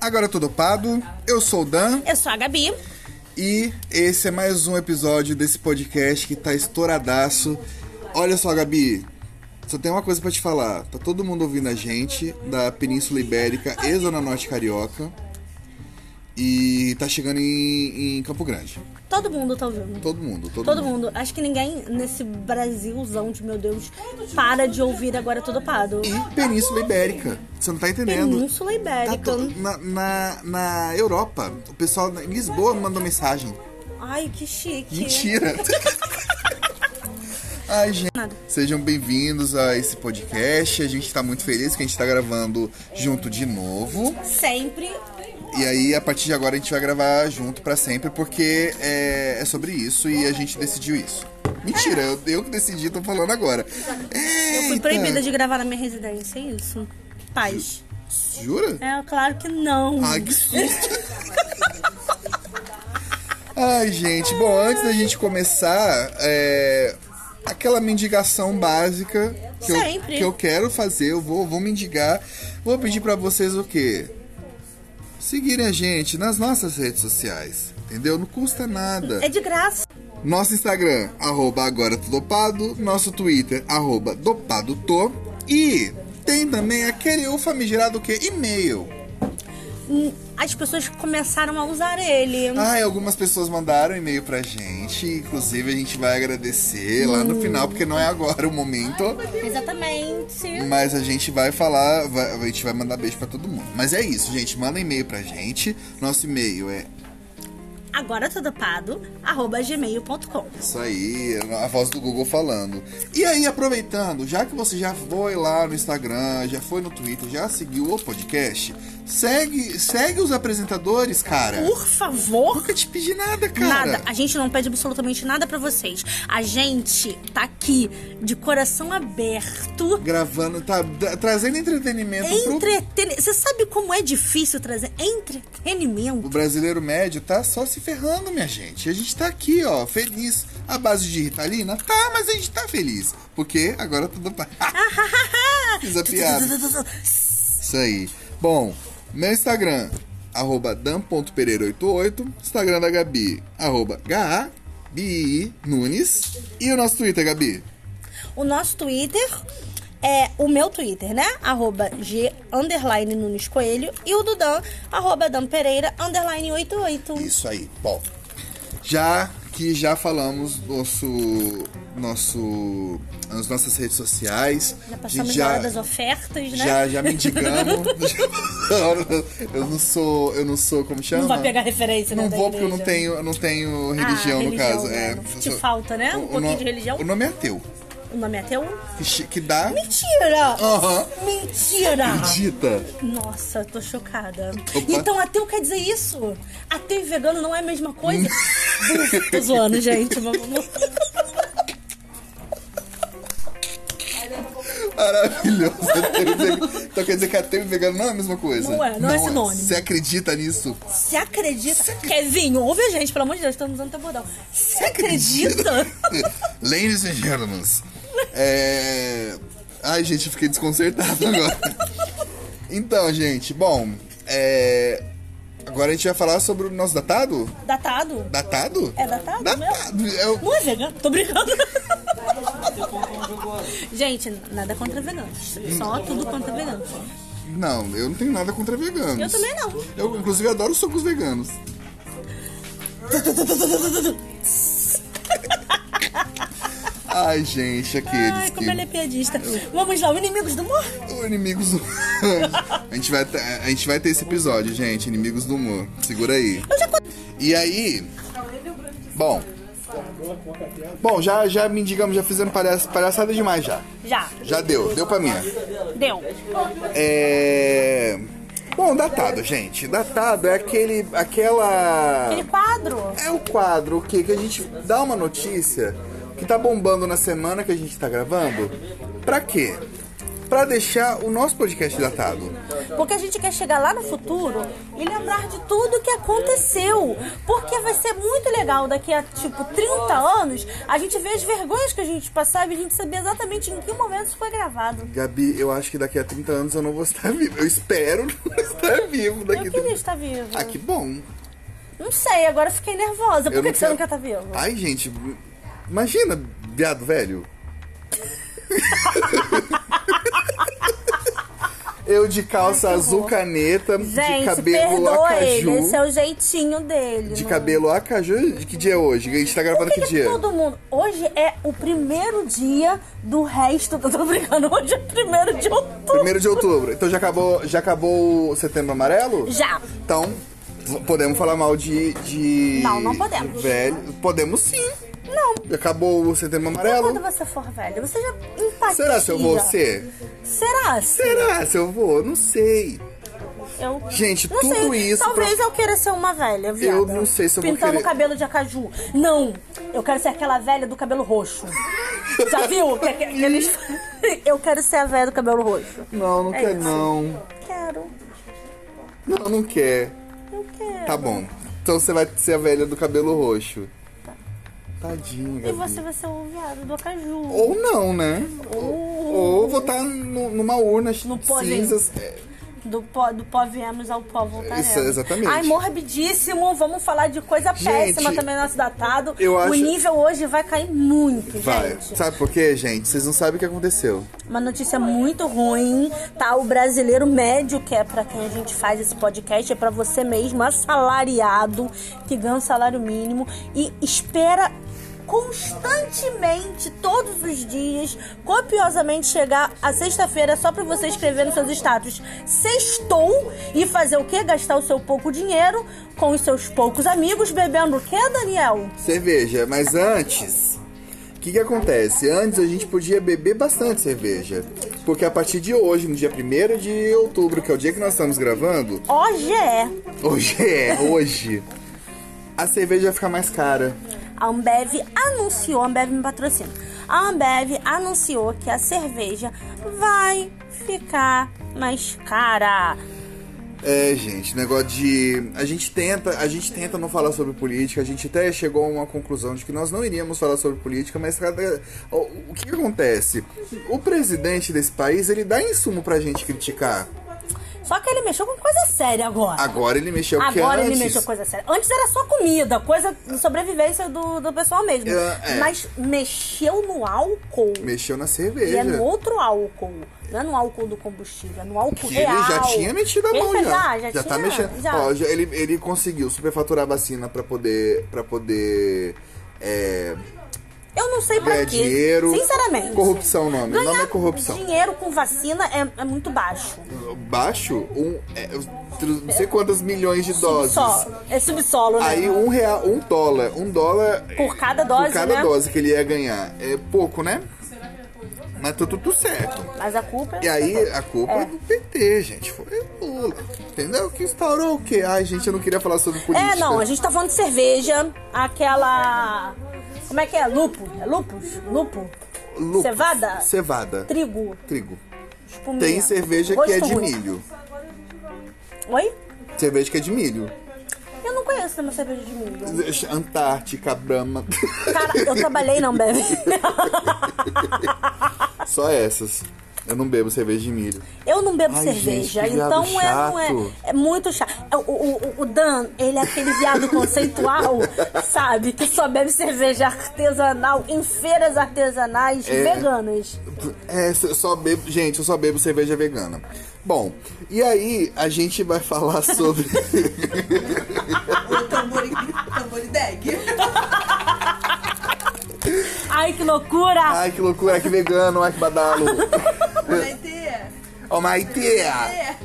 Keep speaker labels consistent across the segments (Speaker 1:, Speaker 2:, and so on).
Speaker 1: Agora eu tô dopado. Eu sou o Dan
Speaker 2: Eu sou a Gabi.
Speaker 1: e esse é mais um episódio desse podcast que tá estouradaço. Olha só, Gabi, só tem uma coisa pra te falar. Tá todo mundo ouvindo a gente da Península Ibérica e Zona Norte Carioca. E tá chegando em, em Campo Grande.
Speaker 2: Todo mundo tá ouvindo.
Speaker 1: Todo mundo, todo,
Speaker 2: Todo mundo. Acho que ninguém nesse Brasilzão de meu Deus para de ouvir agora todo pado.
Speaker 1: E Península Ibérica. Você não tá entendendo.
Speaker 2: Península
Speaker 1: Tá
Speaker 2: Ibérica.
Speaker 1: to- na, na, na Europa, o pessoal em Lisboa mandou mensagem.
Speaker 2: Ai, que chique.
Speaker 1: Mentira! Ai, gente. Sejam bem-vindos a esse podcast. A gente tá muito feliz que a gente tá gravando junto de novo.
Speaker 2: Sempre.
Speaker 1: E aí, a partir de agora, a gente vai gravar junto pra sempre, porque é, é sobre isso e a gente decidiu isso. Mentira, eu, eu que decidi, tô falando agora.
Speaker 2: É. Eu fui
Speaker 1: Eita!
Speaker 2: proibida de gravar na minha residência, é isso? Paz.
Speaker 1: Jura?
Speaker 2: É, claro que não.
Speaker 1: Ai, que susto! Ai, gente, bom, antes da gente começar, é, aquela mendigação básica que eu,
Speaker 2: Sempre.
Speaker 1: que eu quero fazer, eu vou, vou mendigar. Vou pedir pra vocês o quê? Seguirem a gente nas nossas redes sociais, entendeu? Não custa nada.
Speaker 2: É de graça.
Speaker 1: Nosso Instagram, arroba agora tô dopado. Nosso Twitter, arroba dopado tô. E tem também aquele o famigerado o quê? E-mail.
Speaker 2: Hum, As pessoas começaram a usar ele.
Speaker 1: Ah, e algumas pessoas mandaram e-mail pra gente. Inclusive, a gente vai agradecer lá no final, porque não é agora o momento.
Speaker 2: Exatamente.
Speaker 1: Mas a gente vai falar, vai- a gente vai mandar beijo pra todo mundo. Mas é isso, gente. Manda e-mail pra gente. Nosso e-mail é
Speaker 2: Agora todo pado, arroba gmail.com.
Speaker 1: isso aí, a voz do Google falando. E aí, aproveitando, já que você já foi lá no Instagram, já foi no Twitter, já seguiu o podcast, segue, segue os apresentadores, cara.
Speaker 2: Por favor,
Speaker 1: Nunca te pedi nada, cara.
Speaker 2: Uh. Nada, a gente não pede absolutamente nada pra vocês. A gente tá aqui de coração aberto.
Speaker 1: Gravando, tá da- trazendo entretenimento pro
Speaker 2: Entretenimento. Você sabe como é difícil trazer
Speaker 1: O
Speaker 2: entretenimento?
Speaker 1: brasileiro médio tá só se ferrando, minha gente. A gente tá aqui, ó, feliz. A base de Ritalina? Tá, mas a gente tá feliz. Porque agora tudo... pa- Fiz a piada. Isso aí. Bom, meu Instagram, arroba dan.pereira88. Instagram da Gabi, arroba gabi nunes. E o nosso Twitter, Gabi?
Speaker 2: O nosso Twitter é o meu Twitter, né? Arroba G underline Nunes Coelho. E o do Dan, arroba Dan Pereira underline 88.
Speaker 1: Isso aí. Bom, já que já falamos nosso... Nosso, as nossas redes sociais.
Speaker 2: Já
Speaker 1: a
Speaker 2: passamos
Speaker 1: gente
Speaker 2: já,
Speaker 1: já,
Speaker 2: hora das ofertas, né?
Speaker 1: Já, já mendigamos. eu não sou, eu não sou, como chama?
Speaker 2: Não vai pegar referência, né?
Speaker 1: Não
Speaker 2: da
Speaker 1: vou porque eu não
Speaker 2: igreja. Ah,
Speaker 1: tenho, eu não tenho religião no
Speaker 2: religião,
Speaker 1: caso.
Speaker 2: né?
Speaker 1: É,
Speaker 2: Te
Speaker 1: eu sou-
Speaker 2: falta, né? Um pouquinho
Speaker 1: no-
Speaker 2: de religião.
Speaker 1: O nome é ateu.
Speaker 2: O nome é teu?
Speaker 1: Que, chi- que dá.
Speaker 2: Mentira!
Speaker 1: Aham.
Speaker 2: Mentira!
Speaker 1: Acredita.
Speaker 2: Nossa, tô chocada.
Speaker 1: Opa.
Speaker 2: Então ateu quer dizer isso? Ateu e vegano não é a mesma coisa? tô zoando, gente. mas vamos-
Speaker 1: Maravilhoso. Ateu e vegano. Então quer dizer que ateu e vegano não é a mesma coisa?
Speaker 2: Não é, não é sinônimo.
Speaker 1: Você acredita nisso?
Speaker 2: Se acredita. Kevinho, ouve a gente, pelo amor de Deus, estamos usando teu bordão. Se acredita?
Speaker 1: Ladies and gentlemen. É... Ai, gente, eu fiquei desconcertado agora. Então, gente, bom. é, Agora a gente vai falar sobre o nosso datado?
Speaker 2: Datado?
Speaker 1: Datado?
Speaker 2: É datado
Speaker 1: Datado. É o-
Speaker 2: Não é vegano? Tô brincando. gente, nada contra veganos. Só tudo contra veganos.
Speaker 1: Não, eu não tenho nada contra veganos.
Speaker 2: Eu também não.
Speaker 1: Eu, inclusive, adoro sucos veganos. Ai, gente, aqueles
Speaker 2: Ai, como
Speaker 1: que...
Speaker 2: ele é piadista. Vamos lá, o inimigos do humor?
Speaker 1: O Inimigos do a, gente vai ter, a gente vai ter esse episódio, gente. Inimigos do humor. Segura aí.
Speaker 2: Eu já
Speaker 1: E aí. Bom. Bom, já, já me digamos, já fizemos palha- palhaçada demais já.
Speaker 2: Já,
Speaker 1: Já deu, deu pra mim.
Speaker 2: deu.
Speaker 1: É. Bom, datado, gente. Datado é aquele. aquela.
Speaker 2: Aquele quadro.
Speaker 1: É o quadro que, que a gente dá uma notícia que tá bombando na semana que a gente tá gravando. Pra quê? pra deixar o nosso podcast datado.
Speaker 2: Porque a gente quer chegar lá no futuro e lembrar de tudo que aconteceu. Porque vai ser muito legal daqui a, tipo, 30 anos, a gente ver as vergonhas que a gente passava e a gente saber exatamente em que momento isso foi gravado.
Speaker 1: Gabi, eu acho que daqui a 30 anos eu não vou estar vivo. Eu espero não estar vivo daqui
Speaker 2: Eu
Speaker 1: a 30
Speaker 2: queria estar vivo.
Speaker 1: Ah, que bom.
Speaker 2: Não sei, agora eu fiquei nervosa. Por
Speaker 1: Eu
Speaker 2: que,
Speaker 1: não
Speaker 2: que você não quer
Speaker 1: quero-
Speaker 2: estar vivo?
Speaker 1: Ai, gente, imagina, viado velho. Eu de calça azul caneta, de
Speaker 2: Gente,
Speaker 1: cabelo
Speaker 2: perdoa
Speaker 1: acaju.
Speaker 2: ele. Esse é o jeitinho dele.
Speaker 1: De
Speaker 2: não-
Speaker 1: cabelo acaju. De que dia é hoje? A gente tá gravando
Speaker 2: Por que,
Speaker 1: que,
Speaker 2: que
Speaker 1: dia?
Speaker 2: todo mundo. Hoje é o primeiro dia do resto. Eu tô brincando. Hoje é primeiro de outubro.
Speaker 1: Primeiro de outubro. Então já acabou, já acabou o setembro amarelo?
Speaker 2: Já.
Speaker 1: Então, v- podemos falar mal de. de-
Speaker 2: Não, não podemos.
Speaker 1: de Velho. Podemos sim.
Speaker 2: Não.
Speaker 1: Já acabou o setembro
Speaker 2: Quando
Speaker 1: amarelo?
Speaker 2: você for velho, você já empatia.
Speaker 1: Será se eu vou ser?
Speaker 2: Será?
Speaker 1: Será se eu vou? Não sei.
Speaker 2: Eu...
Speaker 1: Gente,
Speaker 2: não
Speaker 1: tudo
Speaker 2: sei,
Speaker 1: isso
Speaker 2: Talvez
Speaker 1: pra-
Speaker 2: eu queira ser uma velha, viada.
Speaker 1: Eu não sei se eu vou
Speaker 2: Pintando o
Speaker 1: querer.
Speaker 2: cabelo de acaju. Não. Eu quero ser aquela velha do cabelo roxo. Já viu? Que- que- que eles- eu quero ser a velha do cabelo roxo.
Speaker 1: Não, não
Speaker 2: É
Speaker 1: quer
Speaker 2: isso.
Speaker 1: não.
Speaker 2: Quero.
Speaker 1: Não, não quer.
Speaker 2: Eu quero.
Speaker 1: Tá bom. Então você vai ser a velha do cabelo roxo. Tadinha,
Speaker 2: E
Speaker 1: Gabi.
Speaker 2: você vai ser o viado do acaju.
Speaker 1: Ou não, né? Ou, ou votar no- numa urna
Speaker 2: No pó,
Speaker 1: cinzas. É,
Speaker 2: Do pó, do pó viemos ao pó voltaremos.
Speaker 1: Isso, exatamente.
Speaker 2: Ai, morbidíssimo. Vamos falar de coisa
Speaker 1: Gente,
Speaker 2: péssima também nosso datado.
Speaker 1: eu
Speaker 2: O
Speaker 1: acho-
Speaker 2: nível hoje vai cair muito,
Speaker 1: Vai.
Speaker 2: gente.
Speaker 1: Sabe por quê, gente? Vocês não sabem o que aconteceu.
Speaker 2: Uma notícia muito ruim, tá? O brasileiro médio, que é pra quem a gente faz esse podcast, é pra você mesmo, assalariado, que ganha um salário mínimo e espera constantemente, todos os dias, copiosamente chegar a sexta-feira só pra você escrever nos seus status sextou e fazer o quê? Gastar o seu pouco dinheiro com os seus poucos amigos, bebendo o quê, Daniel?
Speaker 1: Cerveja, mas antes. O que, que acontece? Antes a gente podia beber bastante cerveja. Porque a partir de hoje, no dia 1 de outubro, que é o dia que nós estamos gravando,
Speaker 2: OGE.
Speaker 1: Hoje é, hoje. A cerveja vai ficar mais cara.
Speaker 2: A Ambev anunciou, a Ambev me patrocina. A Ambev anunciou que a cerveja vai ficar mais cara.
Speaker 1: É, gente, negócio de. A gente tenta, a gente tenta não falar sobre política, a gente até chegou a uma conclusão de que nós não iríamos falar sobre política, mas cada- o, o que que acontece? O presidente desse país, ele dá insumo pra gente criticar.
Speaker 2: Só que ele mexeu com coisa séria agora.
Speaker 1: Agora ele mexeu porque
Speaker 2: Agora
Speaker 1: antes,
Speaker 2: ele mexeu com coisa séria. Antes era só comida, coisa de sobrevivência do, do pessoal mesmo.
Speaker 1: É, é.
Speaker 2: Mas mexeu no álcool.
Speaker 1: Mexeu na
Speaker 2: E
Speaker 1: cerveja.
Speaker 2: é no outro álcool. Não é no álcool do combustível, é no álcool
Speaker 1: Que
Speaker 2: real.
Speaker 1: ele já tinha metido a
Speaker 2: Ele
Speaker 1: mão já.
Speaker 2: Já, já,
Speaker 1: tá
Speaker 2: tinha,
Speaker 1: mexendo.
Speaker 2: já.
Speaker 1: Ó, já- ele, ele conseguiu superfaturar a vacina pra poder. para poder. É,
Speaker 2: Eu não sei pra
Speaker 1: ganhar
Speaker 2: quê.
Speaker 1: dinheiro.
Speaker 2: Sinceramente.
Speaker 1: Corrupção o nome. O nome
Speaker 2: Ganhar
Speaker 1: é corrupção.
Speaker 2: Dinheiro com vacina é, é muito baixo.
Speaker 1: Baixo, um, é, tru- não sei quantas milhões de doses.
Speaker 2: Subsolo. É subsolo, né?
Speaker 1: Aí um real, um dólar, um dólar
Speaker 2: Por cada dose,
Speaker 1: por cada
Speaker 2: né?
Speaker 1: dose que ele ia ganhar. É pouco, né? Mas tá tudo certo.
Speaker 2: Mas a culpa é.
Speaker 1: E aí a culpa é do PT, gente. Foi o Lula. Entendeu? Que instaurou o quê? Ai, gente, eu não queria falar sobre política.
Speaker 2: É, não, a gente tá falando de cerveja, aquela. Como é que é? Lupo? É lupus? Lupo?
Speaker 1: Lúpus.
Speaker 2: Cevada?
Speaker 1: Cevada.
Speaker 2: Trigo.
Speaker 1: Trigo.
Speaker 2: espumia.
Speaker 1: Tem cerveja que
Speaker 2: Gosto
Speaker 1: é de
Speaker 2: ruim.
Speaker 1: milho.
Speaker 2: Oi?
Speaker 1: Cerveja que é de milho.
Speaker 2: Eu não conheço uma cerveja de milho.
Speaker 1: Antártica, Brahma.
Speaker 2: Cara, eu trabalhei não bebe.
Speaker 1: Só essas. Eu não bebo cerveja de milho.
Speaker 2: Eu não bebo
Speaker 1: Ai,
Speaker 2: cerveja,
Speaker 1: gente, que viado
Speaker 2: então é, não é,
Speaker 1: chato.
Speaker 2: é muito chato. O, o- o Dan, ele é aquele viado conceitual, sabe? Que só bebe cerveja artesanal em feiras artesanais veganas.
Speaker 1: É, eu só bebo. Gente, eu só bebo cerveja vegana. Bom, e aí a gente vai falar sobre.
Speaker 3: O tambor, tamborideg.
Speaker 2: Ai, que loucura!
Speaker 1: Ai, que loucura, que vegano, ai, que badalo.
Speaker 3: Vai ter.
Speaker 1: Ô, Maite!
Speaker 3: É.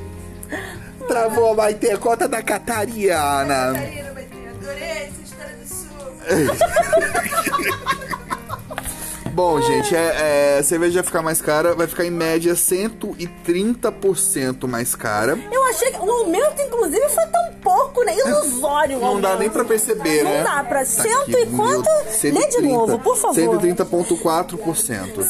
Speaker 1: Travou, Maite, conta da Catariana.
Speaker 3: Catarina vai ter. Adorei essa história do sul.
Speaker 1: Bom, gente, é, é, a cerveja vai ficar mais cara, vai ficar em média 130% mais cara.
Speaker 2: Eu achei que o aumento, inclusive, foi tão pouco, né? Ilusório. o
Speaker 1: Não dá
Speaker 2: aumento.
Speaker 1: nem pra perceber,
Speaker 2: Não
Speaker 1: né?
Speaker 2: dá pra.
Speaker 1: Tá
Speaker 2: Cento
Speaker 1: aqui,
Speaker 2: e
Speaker 1: meu,
Speaker 2: quanto? Lê de novo, por favor.
Speaker 1: 130,4%.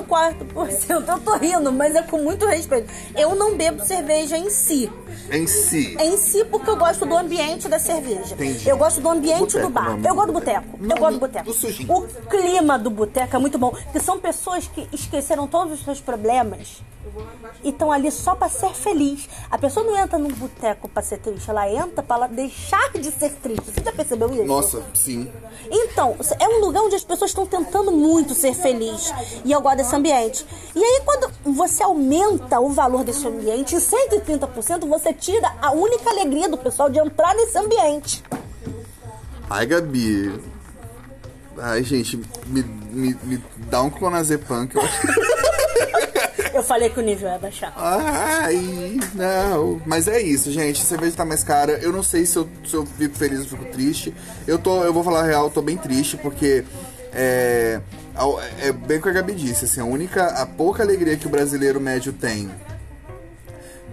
Speaker 2: 130,4%. Eu tô rindo, mas é com muito respeito. Eu não bebo cerveja em si.
Speaker 1: Em si.
Speaker 2: É Em si, porque eu gosto do ambiente da cerveja.
Speaker 1: Entendi.
Speaker 2: Eu gosto do ambiente
Speaker 1: Boteco,
Speaker 2: do bar.
Speaker 1: não.
Speaker 2: Eu gosto do boteco.
Speaker 1: Não,
Speaker 2: Eu gosto
Speaker 1: não,
Speaker 2: do boteco.
Speaker 1: do sujinho.
Speaker 2: O clima do boteco é muito bom. Que são pessoas que esqueceram todos os seus problemas e estão ali só pra ser feliz. A pessoa não entra num boteco pra ser triste, ela entra pra ela deixar de ser triste. Você já percebeu isso?
Speaker 1: Nossa, sim.
Speaker 2: Então, é um lugar onde as pessoas estão tentando muito ser feliz. E eu gosto desse ambiente. E aí, quando você aumenta o valor desse ambiente em 130%, você tira a única alegria do pessoal de entrar nesse ambiente.
Speaker 1: Ai, Gabi. Ai, gente, me, me, me dá um clonazepam que eu acho.
Speaker 2: Eu falei que o nível ia baixar.
Speaker 1: Ai, não. Mas é isso, gente. A cerveja tá mais cara. Eu não sei se eu, se eu fico feliz ou fico triste. Eu tô, eu vou falar a real, eu tô bem triste, porque é, ao- é bem o que a Gabi disse, assim, a única, a pouca alegria que o brasileiro médio tem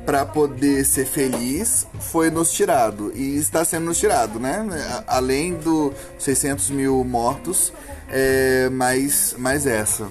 Speaker 1: pra poder ser feliz foi nos tirado. E está sendo nos tirado, né? A- Além dos 600 mil mortos, é, mais, mais essa.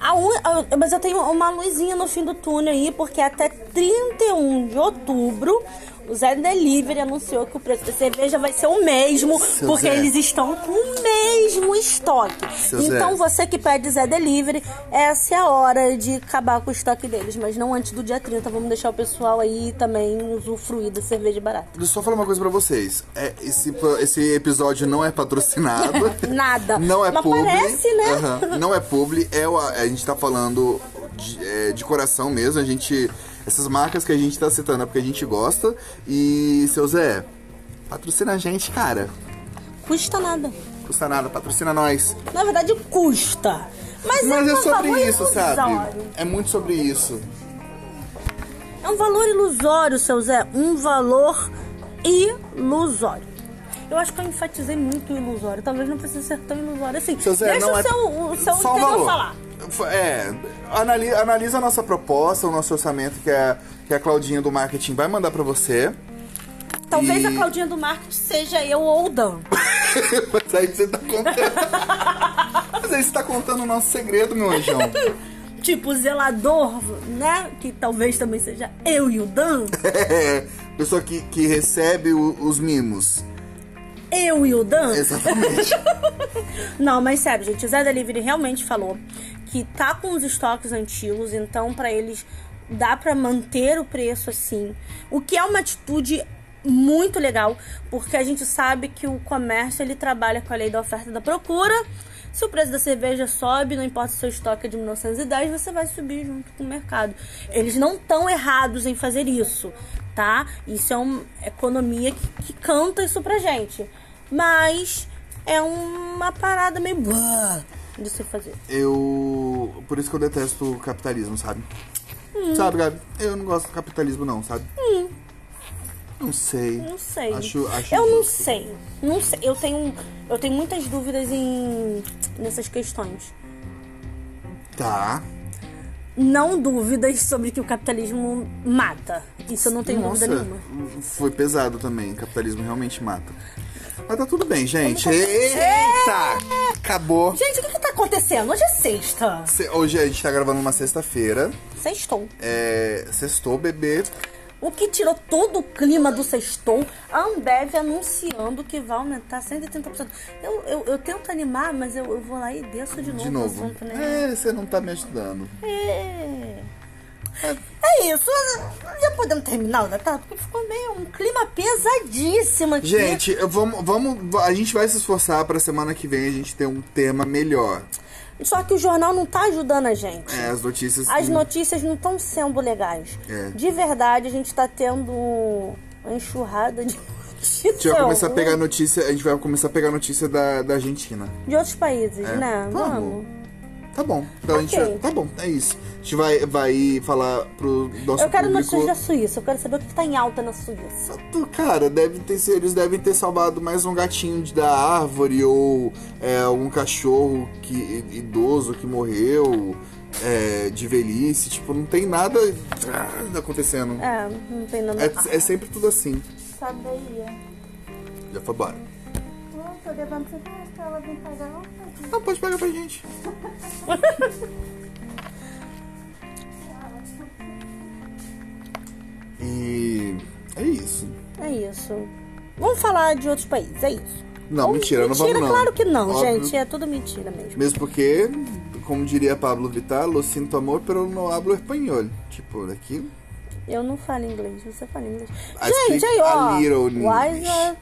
Speaker 2: A un- a- Mas eu tenho uma luzinha no fim do túnel aí, porque até 31 de outubro. O Zé Delivery anunciou que o preço da cerveja vai ser o mesmo,
Speaker 1: Seu
Speaker 2: porque
Speaker 1: Zé.
Speaker 2: eles estão com o mesmo estoque.
Speaker 1: Seu Zé.
Speaker 2: então você que pede Zé Delivery, essa é a hora de acabar com o estoque deles, mas não antes do dia 30. Vamos deixar o pessoal aí também usufruir da cerveja barata.
Speaker 1: Deixa eu só falar uma coisa pra vocês. É, esse, esse episódio não é patrocinado.
Speaker 2: Nada.
Speaker 1: Não é
Speaker 2: Mas
Speaker 1: publi.
Speaker 2: parece, né?
Speaker 1: Aham. Não é publi. É, o- a gente tá falando de, é, de coração mesmo. A gente. Essas marcas que a gente tá citando é porque a gente gosta. E, seu Zé, patrocina a gente, cara.
Speaker 2: Custa nada.
Speaker 1: Custa nada, patrocina nós.
Speaker 2: Na verdade, custa. Mas,
Speaker 1: Mas
Speaker 2: é,
Speaker 1: é
Speaker 2: um
Speaker 1: sobre
Speaker 2: valor
Speaker 1: isso, sabe?
Speaker 2: ilusório.
Speaker 1: É muito sobre isso.
Speaker 2: É um valor ilusório, seu Zé. Um valor ilusório. Eu acho que eu enfatizei muito o ilusório. Talvez não precise ser tão ilusório assim.
Speaker 1: Seu Zé,
Speaker 2: Deixa
Speaker 1: não
Speaker 2: o
Speaker 1: é...
Speaker 2: seu, o seu
Speaker 1: Só o
Speaker 2: interior
Speaker 1: valor.
Speaker 2: falar.
Speaker 1: F- É, anali- analisa a nossa proposta, o nosso orçamento que a, que é a Claudinha do marketing vai mandar pra você.
Speaker 2: Talvez
Speaker 1: E-
Speaker 2: a Claudinha do marketing seja eu ou o Dan.
Speaker 1: Mas aí você tá contando. Mas aí você tá contando o nosso segredo, meu anjão.
Speaker 2: tipo, o zelador, né? Que talvez também seja eu e o Dan.
Speaker 1: É, pessoa que, que recebe o- os mimos.
Speaker 2: eu e o Dan.
Speaker 1: Exatamente.
Speaker 2: Não, mas sério, gente, o Zé Delivery realmente falou que tá com os estoques antigos, então pra eles dá pra manter o preço assim. O que é uma atitude muito legal, porque a gente sabe que o comércio ele trabalha com a lei da oferta e da procura. Se o preço da cerveja sobe, não importa se o seu estoque é de 1910, você vai subir junto com o mercado. Eles não estão errados em fazer isso, tá? Isso é uma economia que, que canta isso pra gente. Mas é uma parada meio blá de se fazer.
Speaker 1: Eu. Por isso que eu detesto o capitalismo, sabe?
Speaker 2: Hum.
Speaker 1: Sabe, Gabi? Eu não gosto do capitalismo, não, sabe? Não sei.
Speaker 2: Não sei.
Speaker 1: Acho, acho
Speaker 2: eu não
Speaker 1: injusto.
Speaker 2: sei. Não sei. Eu tenho, eu tenho muitas dúvidas em nessas questões.
Speaker 1: Tá.
Speaker 2: Não dúvidas sobre que o capitalismo mata. Isso eu não tenho
Speaker 1: Nossa,
Speaker 2: dúvida nenhuma.
Speaker 1: foi pesado também. O capitalismo realmente mata. Mas tá tudo bem, gente. Eita! Acabou.
Speaker 2: Gente, o que, que tá acontecendo? Hoje é sexta.
Speaker 1: Se- Hoje a gente tá gravando uma sexta-feira.
Speaker 2: Sextou.
Speaker 1: É, sextou, bebê.
Speaker 2: O que tirou todo o clima do sextou, a Ambev anunciando que vai aumentar 130%. Eu, eu, eu tento animar, mas eu, eu vou lá e desço de novo.
Speaker 1: De
Speaker 2: o
Speaker 1: novo.
Speaker 2: assunto, né?
Speaker 1: É, você não tá me ajudando.
Speaker 2: É. É isso. Já podemos terminar o Natal? Porque ficou meio um clima pesadíssimo aqui.
Speaker 1: Gente, eu- vamos, vamos. A gente vai se esforçar pra semana que vem a gente ter um tema melhor.
Speaker 2: Só que o jornal não tá ajudando a gente.
Speaker 1: É, as notícias.
Speaker 2: As notícias não estão sendo legais.
Speaker 1: É.
Speaker 2: De verdade, a gente tá tendo uma enxurrada de notícias.
Speaker 1: A gente vai começar a pegar notícia. A gente vai começar a pegar notícia da, da Argentina.
Speaker 2: De outros países, né?
Speaker 1: É. Vamos. Tá bom. Então a gente
Speaker 2: Ok.
Speaker 1: vai, Tá bom, é isso. A gente vai, vai falar pro nosso
Speaker 2: Eu quero
Speaker 1: público...
Speaker 2: notícias da Suíça, eu quero saber o que tá em alta na Suíça.
Speaker 1: Exato, Cara, deve ter, eles devem ter salvado mais um gatinho de- da árvore ou é, um cachorro que, idoso que morreu é, de velhice. Tipo, não tem nada ah, acontecendo.
Speaker 2: É, não tem nada.
Speaker 1: É, é sempre tudo assim.
Speaker 2: Sabe aí.
Speaker 1: Já foi embora.
Speaker 2: Tô levando você pra ela vir pagar.
Speaker 1: Não, Ah, pode pagar pra gente. e é isso.
Speaker 2: É isso. Vamos falar de outros países, é isso.
Speaker 1: Não,
Speaker 2: Ou-
Speaker 1: mentira, não vamos não.
Speaker 2: claro que não,
Speaker 1: Óbvio.
Speaker 2: gente. É tudo mentira mesmo.
Speaker 1: Mesmo porque, como diria Pablo Vittar, lo sinto amor, pero no hablo espanhol. Tipo, daqui.
Speaker 2: Eu não falo inglês, você fala inglês.
Speaker 1: I
Speaker 2: gente,
Speaker 1: speak
Speaker 2: aí,
Speaker 1: a
Speaker 2: ó.
Speaker 1: little
Speaker 2: Wise
Speaker 1: English.
Speaker 2: up.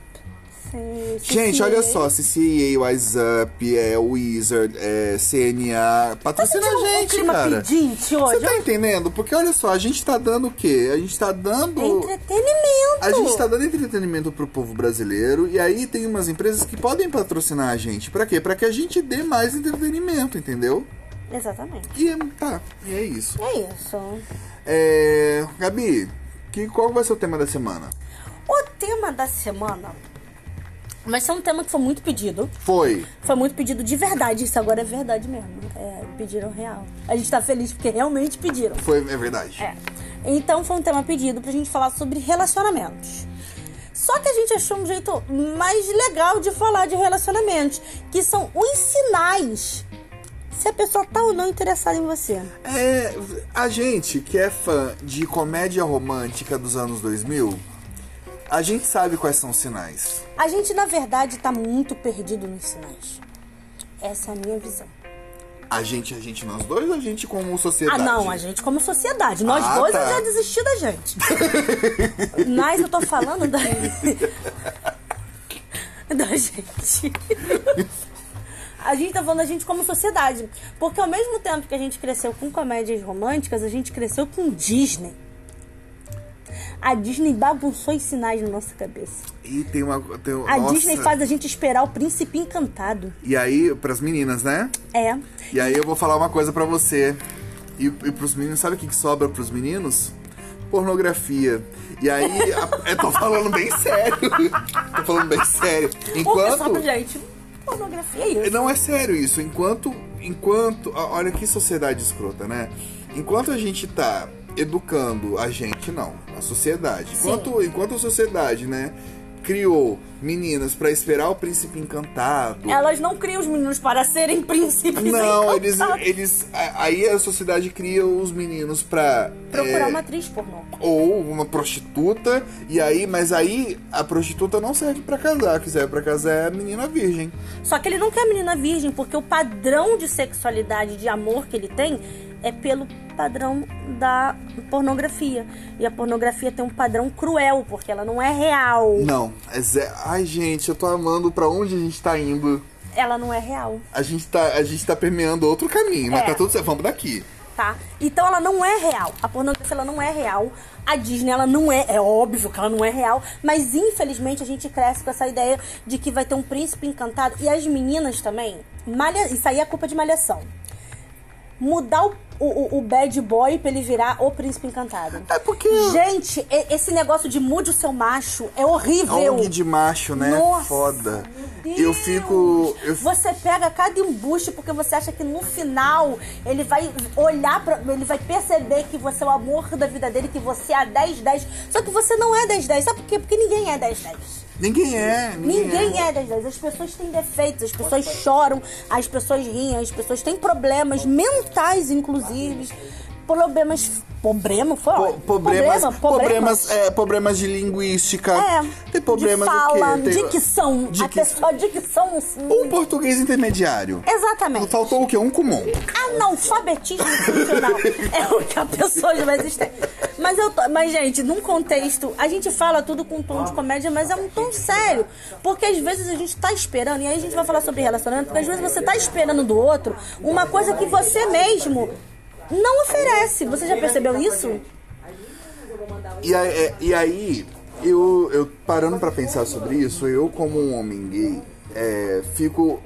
Speaker 2: Sim,
Speaker 1: Gente,
Speaker 2: sim.
Speaker 1: olha só, CCA, Wise Up, é, Wizard, é, CNA,
Speaker 2: Tá
Speaker 1: patrocina
Speaker 2: sentindo
Speaker 1: a
Speaker 2: um
Speaker 1: gente,
Speaker 2: clima
Speaker 1: cara.
Speaker 2: pedinte hoje?
Speaker 1: Você tá entendendo? Porque olha só, a gente tá dando o quê? A gente tá dando.
Speaker 2: É entretenimento.
Speaker 1: A gente tá dando entretenimento pro povo brasileiro e aí tem umas empresas que podem patrocinar a gente. Pra quê? Pra que a gente dê mais entretenimento, entendeu?
Speaker 2: Exatamente.
Speaker 1: E tá, e é isso.
Speaker 2: É isso.
Speaker 1: É, Gabi, que, qual vai ser o tema da semana?
Speaker 2: O tema da semana vai ser um tema que foi muito pedido.
Speaker 1: Foi.
Speaker 2: Foi muito pedido de verdade. Isso agora é verdade mesmo. É, pediram real. A gente tá feliz porque realmente pediram.
Speaker 1: Foi, é verdade.
Speaker 2: É. Então foi um tema pedido pra gente falar sobre relacionamentos. Só que a gente achou um jeito mais legal de falar de relacionamentos, que são os sinais se a pessoa tá ou não interessada em você.
Speaker 1: É, a gente que é fã de comédia romântica dos anos 2000, a gente sabe quais são os sinais.
Speaker 2: A gente, na verdade, tá muito perdido nos sinais. Essa é a minha visão.
Speaker 1: A gente, a gente nós dois, a gente como
Speaker 2: Ah,
Speaker 1: sociedade.
Speaker 2: não, a gente como sociedade. Nós
Speaker 1: Ah,
Speaker 2: dois
Speaker 1: tá.
Speaker 2: eu já desisti da gente. Mas eu tô falando da. da gente. A gente tá falando da gente como sociedade. Porque ao mesmo tempo que a gente cresceu com comédias românticas, a gente cresceu com Disney. A Disney bagunçou os sinais na nossa cabeça.
Speaker 1: E tem uma tem, um,
Speaker 2: A
Speaker 1: nossa.
Speaker 2: Disney faz a gente esperar o príncipe encantado.
Speaker 1: E aí, pras meninas, né?
Speaker 2: É.
Speaker 1: E aí eu vou falar uma coisa pra você. E, e pros meninos, sabe o que, que sobra pros meninos? Pornografia. E aí, a- eu tô falando bem sério. tô falando bem sério.
Speaker 2: O pessoal,
Speaker 1: Enquanto.
Speaker 2: gente, pornografia é isso.
Speaker 1: Não é sério isso. Enquanto. Enquanto. ó, Olha que sociedade escrota, né? Enquanto a gente tá educando a gente, não. A sociedade. Enquanto, enquanto a sociedade, né? Criou meninas pra esperar o príncipe encantado.
Speaker 2: Elas não criam os meninos para serem príncipes. então,
Speaker 1: Não, eles,
Speaker 2: encantados.
Speaker 1: eles. a- Aí a sociedade cria os meninos pra.
Speaker 2: Procurar
Speaker 1: é,
Speaker 2: uma atriz pornô.
Speaker 1: Ou uma prostituta. E aí, mas aí a prostituta não serve pra casar. Que serve pra casar é a menina virgem.
Speaker 2: Só que ele não quer menina virgem, porque o padrão de sexualidade, de amor que ele tem, é pelo padrão da pornografia. E a pornografia tem um padrão cruel, porque ela não é real.
Speaker 1: Não, é zé. Ai, gente, eu tô amando pra onde a gente tá indo.
Speaker 2: Ela não é real,
Speaker 1: A gente tá, a gente tá permeando outro caminho, mas
Speaker 2: É.
Speaker 1: tá tudo certo. Vamos daqui.
Speaker 2: tá? Então ela não é real. A pornografia ela não é real. A Disney ela não é, é óbvio que ela não é real, mas infelizmente a gente cresce com essa ideia de que vai ter um príncipe encantado e as meninas também. Malha, isso aí é culpa de malhação. mudar o, o, o bad boy pra ele virar o príncipe encantado.
Speaker 1: É porque-
Speaker 2: Gente, e- esse negócio de mude o seu macho é horrível.
Speaker 1: ONG de macho, né?
Speaker 2: Nossa,
Speaker 1: Foda.
Speaker 2: Deus.
Speaker 1: Eu fico. Eu
Speaker 2: Você pega cada embuste porque você acha que no final ele vai olhar pra. Ele vai perceber que você é o amor da vida dele, que você é a 10-10. Só que você não é 10-10. Sabe por quê? Porque ninguém é 10-10.
Speaker 1: Ninguém é. Ninguém,
Speaker 2: Ninguém é das 10. As pessoas têm defeitos, as pessoas choram, as pessoas riem, as pessoas têm problemas mentais, inclusive. Problemas. Problema? Foi
Speaker 1: Po-
Speaker 2: ótimo.
Speaker 1: problemas,
Speaker 2: Problema,
Speaker 1: problemas, é, problemas de linguística.
Speaker 2: É.
Speaker 1: Tem problemas
Speaker 2: de fala,
Speaker 1: o quê? Tem...
Speaker 2: dicção. A
Speaker 1: Dicção.
Speaker 2: pessoa, dicção. sim.
Speaker 1: Um português intermediário.
Speaker 2: Exatamente.
Speaker 1: Faltou o quê? Um comum.
Speaker 2: analfabetismo funcional é o que a pessoa já vai existir. Mas eu tô- mas gente, num contexto, a gente fala tudo com um tom de comédia, mas é um tom sério, porque às vezes a gente tá esperando e aí a gente vai falar sobre relacionamento, porque às vezes você tá esperando do outro uma coisa que você mesmo não oferece. Você já percebeu isso?
Speaker 1: E aí, é, e aí, eu, eu parando pra pensar sobre isso, eu como um homem gay, é, fico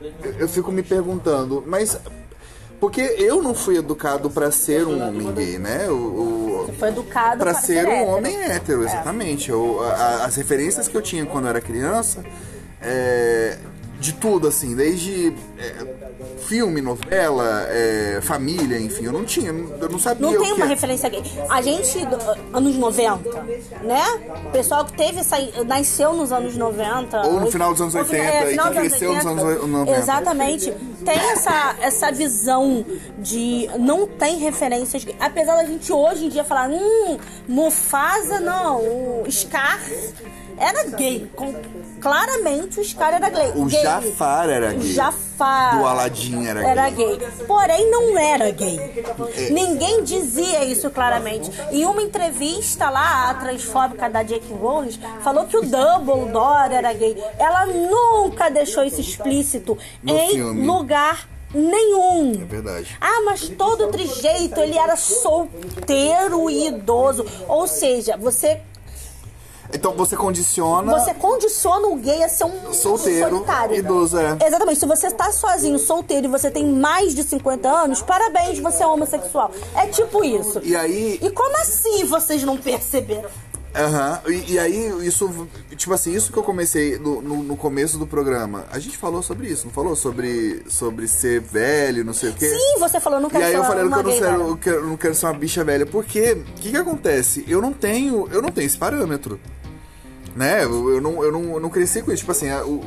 Speaker 1: eu, eu fico me perguntando, mas Porque eu não fui educado pra ser um homem gay, né? O, o-
Speaker 2: Foi educado
Speaker 1: pra
Speaker 2: para
Speaker 1: ser um
Speaker 2: é hétero.
Speaker 1: homem hétero, exatamente. Eu- a- a- as referências que eu tinha quando eu era criança, é, de tudo, assim, desde é, filme, novela, é, família, enfim, eu não tinha, eu não sabia
Speaker 2: Não
Speaker 1: o
Speaker 2: tem
Speaker 1: que
Speaker 2: uma
Speaker 1: é.
Speaker 2: referência gay. A gente, do- anos 90, né? O pessoal que teve essa. nasceu nos anos 90.
Speaker 1: Ou no
Speaker 2: hoje-
Speaker 1: final dos anos
Speaker 2: ou final-
Speaker 1: 80, e
Speaker 2: final
Speaker 1: que
Speaker 2: dos anos
Speaker 1: cresceu nos
Speaker 2: 80.
Speaker 1: anos 90.
Speaker 2: Exatamente. Tem essa, essa visão de. não tem referências gay. Apesar da gente hoje em dia falar, hum, Mufasa não, o Scar era gay. Com- claramente o Scar era gay.
Speaker 1: O
Speaker 2: gay.
Speaker 1: Jafar era
Speaker 2: O
Speaker 1: gay.
Speaker 2: Jafar.
Speaker 1: Do Aladdin era gay.
Speaker 2: Era gay. Porém, não era gay. Ninguém dizia isso claramente. Em uma entrevista lá, a transfóbica da Jake Rowling falou que o Dumbledore era gay. Ela nunca deixou isso explícito
Speaker 1: No
Speaker 2: em
Speaker 1: filme.
Speaker 2: lugar nenhum.
Speaker 1: É verdade.
Speaker 2: Ah, mas todo trijeito, ele era solteiro e idoso. Ou seja, você,
Speaker 1: Então você condiciona.
Speaker 2: você é condiciona o gay a ser um
Speaker 1: Solteiro,
Speaker 2: solitário.
Speaker 1: idoso, é.
Speaker 2: Exatamente. Se você tá sozinho, solteiro e você tem mais de 50 anos, parabéns, você é homossexual. É tipo isso.
Speaker 1: E aí-
Speaker 2: E como assim vocês não perceberam?
Speaker 1: Aham, e, e aí isso, tipo assim, isso que eu comecei no, no, no começo do programa, a gente falou sobre isso, não falou? Sobre, sobre ser velho, não sei o quê.
Speaker 2: Sim, você falou, não
Speaker 1: E
Speaker 2: quero
Speaker 1: aí
Speaker 2: ser
Speaker 1: eu
Speaker 2: uma
Speaker 1: falei que eu não,
Speaker 2: gay
Speaker 1: quero, um,
Speaker 2: velha.
Speaker 1: eu quero- não quero ser uma bicha velha, porque o que que acontece? Eu não tenho, eu não tenho esse parâmetro, né? Eu, eu não, eu, não, eu não cresci com isso, tipo assim, a- o-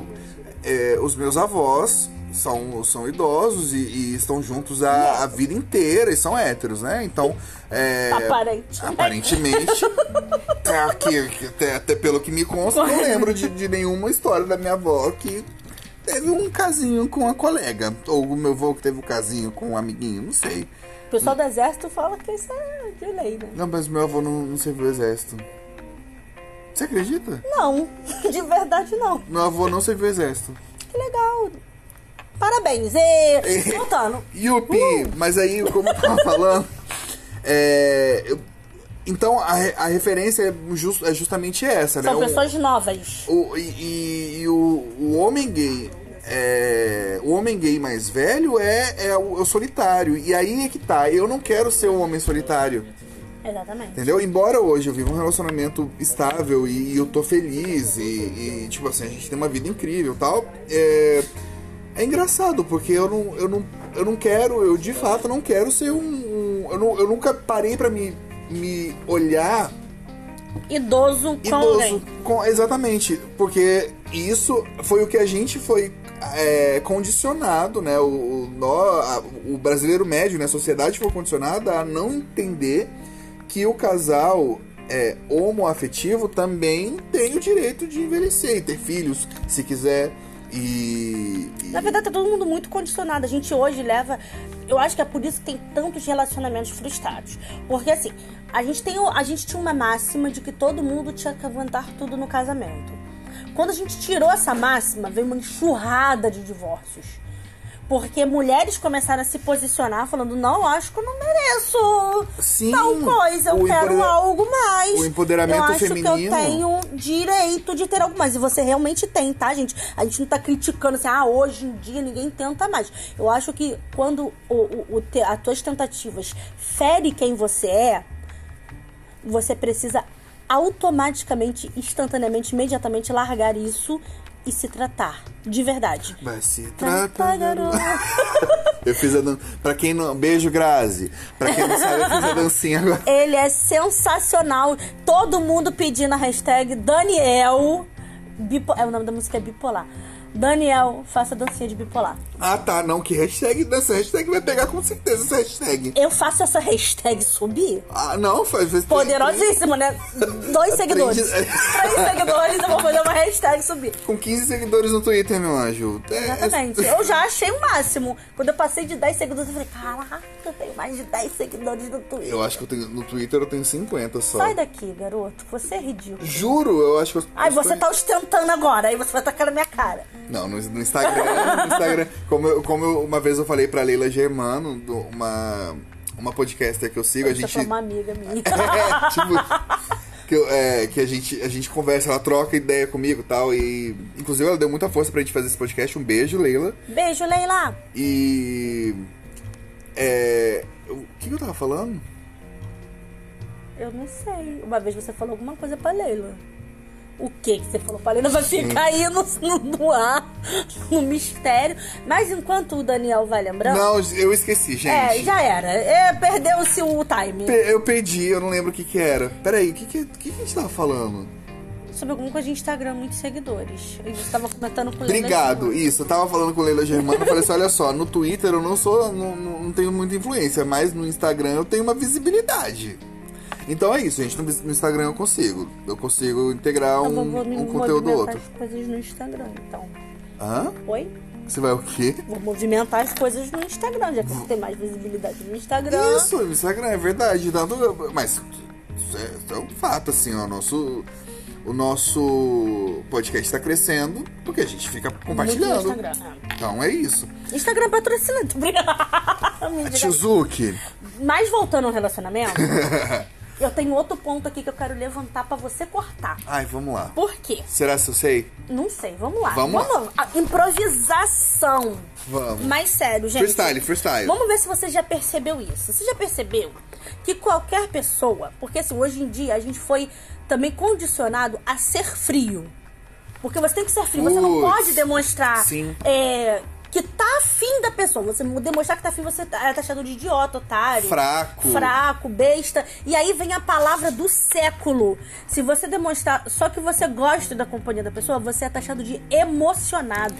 Speaker 1: é, os meus avós são, são idosos e, e estão juntos a, a vida inteira e são héteros, né? Então, é,
Speaker 2: Aparente.
Speaker 1: aparentemente, tá aqui, que até, até pelo que me consta, eu não lembro de, de nenhuma história da minha avó que teve um casinho com a colega. Ou o meu avô que teve um casinho com um amiguinho, não sei.
Speaker 2: O pessoal do exército fala que isso é de lei, né?
Speaker 1: Não, mas meu avô não, não serviu o exército. Você acredita?
Speaker 2: Não, de verdade não.
Speaker 1: Meu avô não serviu o exército.
Speaker 2: Que legal. Parabéns. E... Voltando.
Speaker 1: Yupi! Mas aí, como eu tava falando, é, eu- então a, re- a referência é, jus- é justamente essa, né?
Speaker 2: São
Speaker 1: O-
Speaker 2: pessoas novas.
Speaker 1: O, e e- e o, o homem gay. é, o homem gay mais velho é, é o, é o solitário. E aí é que tá. Eu não quero ser um homem solitário.
Speaker 2: Exatamente.
Speaker 1: Entendeu? Embora hoje eu viva um relacionamento estável e, e eu tô feliz e, e, tipo assim, a gente tem uma vida incrível e tal. É, é engraçado, porque eu não, eu, não, eu não quero, eu de fato não quero ser um. um- eu, não- eu nunca parei pra me, me olhar
Speaker 2: Idoso com
Speaker 1: idoso.
Speaker 2: alguém.
Speaker 1: Com, exatamente. Porque isso foi o que a gente foi é, condicionado, né? O, o, nó- a- o brasileiro médio, né? A sociedade foi condicionada a não entender que o casal é, homoafetivo também tem o direito de envelhecer e ter filhos, se quiser. E. e-
Speaker 2: Na verdade, tá todo mundo muito condicionado. A gente hoje leva. Eu acho que é por isso que tem tantos relacionamentos frustrados. Porque assim, a gente, tem, o- a gente tinha uma máxima de que todo mundo tinha que aguentar tudo no casamento. Quando a gente tirou essa máxima, veio uma enxurrada de divórcios. Porque mulheres começaram a se posicionar falando, não, acho que eu não mereço
Speaker 1: Sim,
Speaker 2: tal coisa, Então, eu
Speaker 1: o
Speaker 2: quero
Speaker 1: empodera-
Speaker 2: algo mais.
Speaker 1: o empoderamento
Speaker 2: eu acho que eu
Speaker 1: feminino.
Speaker 2: tenho tenho direito de ter algo mais. E você realmente tem, tá, gente? A gente não tá criticando assim, ah, hoje em dia ninguém tenta mais. Eu acho que quando o, o, o te- as tuas tentativas fere quem você é, você precisa automaticamente, instantaneamente, imediatamente largar isso e se tratar. De verdade.
Speaker 1: Vai se
Speaker 2: Tá,
Speaker 1: tratar.
Speaker 2: garoto.
Speaker 1: Eu fiz a dan... Pra quem não. Beijo, Grazi. Pra quem não sabe, eu fiz a dancinha agora.
Speaker 2: Ele é sensacional. Todo mundo pedindo a hashtag Daniel. Bipo... É, o nome da música é Bipolar. Daniel, faça dancinha de bipolar.
Speaker 1: Ah tá, não, que hashtag dessa hashtag vai pegar com certeza essa hashtag.
Speaker 2: Eu faço essa hashtag subir.
Speaker 1: Ah, não, faz. faz
Speaker 2: Poderosíssimo, né? Dois seguidores.
Speaker 1: Aprendi-
Speaker 2: Três seguidores, eu vou fazer uma hashtag subir.
Speaker 1: é, Com 15 seguidores no Twitter, meu anjo. É-
Speaker 2: Exatamente. Eu já achei o máximo. Quando eu passei de 10 seguidores, eu falei, caraca, eu tenho mais de 10 seguidores no Twitter.
Speaker 1: Eu acho que eu tenho, no Twitter eu tenho 50 só.
Speaker 2: Sai daqui, garoto. Você é ridículo.
Speaker 1: Juro, eu acho que eu.
Speaker 2: Ai,
Speaker 1: eu
Speaker 2: você tá ostentando agora. Aí você vai tacar na minha cara.
Speaker 1: Não, no, no Instagram. no Instagram. Como, eu- como eu- uma vez eu falei pra Leila Germano, do- uma, uma podcaster que eu sigo, a
Speaker 2: Você
Speaker 1: gente.
Speaker 2: foi uma amiga minha.
Speaker 1: É, tipo, que, eu- é, que a, gente, a gente conversa, ela troca ideia comigo e tal. E, inclusive, ela deu muita força pra gente fazer esse podcast. Um beijo, Leila.
Speaker 2: Beijo, Leila.
Speaker 1: E. É. O que que eu tava falando?
Speaker 2: Eu não sei. Uma vez você falou alguma coisa pra Leila. O que que você falou pra Leila? Vai ficar aí no, no, no ar, no mistério. Mas enquanto o Daniel vai lembrando.
Speaker 1: Não, eu esqueci, gente.
Speaker 2: É, já era. É, Perdeu-se o time.
Speaker 1: Pe- Eu perdi, eu não lembro o que que era. Peraí, o que que, o que, que a gente tava falando?
Speaker 2: Sobre alguma coisa de Instagram, muitos seguidores. A gente tava comentando com o Leila.
Speaker 1: Obrigado, isso. Eu tava falando com o Leila Germano, eu falei assim, olha só, no Twitter eu não sou, não, não- não tenho muita influência, mas no Instagram eu tenho uma visibilidade. Então é isso, gente. No, no Instagram eu consigo. Eu consigo integrar
Speaker 2: Eu
Speaker 1: um,
Speaker 2: vou, vou me
Speaker 1: um conteúdo
Speaker 2: movimentar
Speaker 1: outro.
Speaker 2: as coisas no Instagram, então.
Speaker 1: Hã?
Speaker 2: Oi?
Speaker 1: Você vai o quê?
Speaker 2: Vou movimentar as coisas no Instagram, já que você tem mais visibilidade no Instagram.
Speaker 1: Isso, no Instagram, é verdade. Tanto- mas isso é, isso é um fato, assim, ó. Nosso, o nosso podcast tá crescendo porque a gente fica
Speaker 2: no
Speaker 1: compartilhando.
Speaker 2: Instagram.
Speaker 1: Então é isso.
Speaker 2: Instagram patrocina. tô brincando. Mentira.
Speaker 1: Tizuki,
Speaker 2: Mas voltando ao relacionamento, eu tenho outro ponto aqui que eu quero levantar pra você cortar.
Speaker 1: ai, vamos lá.
Speaker 2: Por quê?
Speaker 1: Será que eu sei?
Speaker 2: Não sei, vamos lá.
Speaker 1: Vamos
Speaker 2: lá. Ah, improvisação.
Speaker 1: Vamos.
Speaker 2: Mais sério, gente.
Speaker 1: Freestyle, freestyle.
Speaker 2: Vamos ver se você já percebeu isso. Você já percebeu que qualquer pessoa, porque assim, hoje em dia a gente foi também condicionado a ser frio. Porque você tem que ser frio, você não
Speaker 1: Putz,
Speaker 2: pode demonstrar
Speaker 1: sim.
Speaker 2: é, que tá afim da pessoa. Você demonstrar que tá afim, você tá- é taxado de idiota, otário.
Speaker 1: Fraco.
Speaker 2: Fraco, besta. E aí vem a palavra do século. Se você demonstrar só que você gosta da companhia da pessoa, você é taxado de emocionado.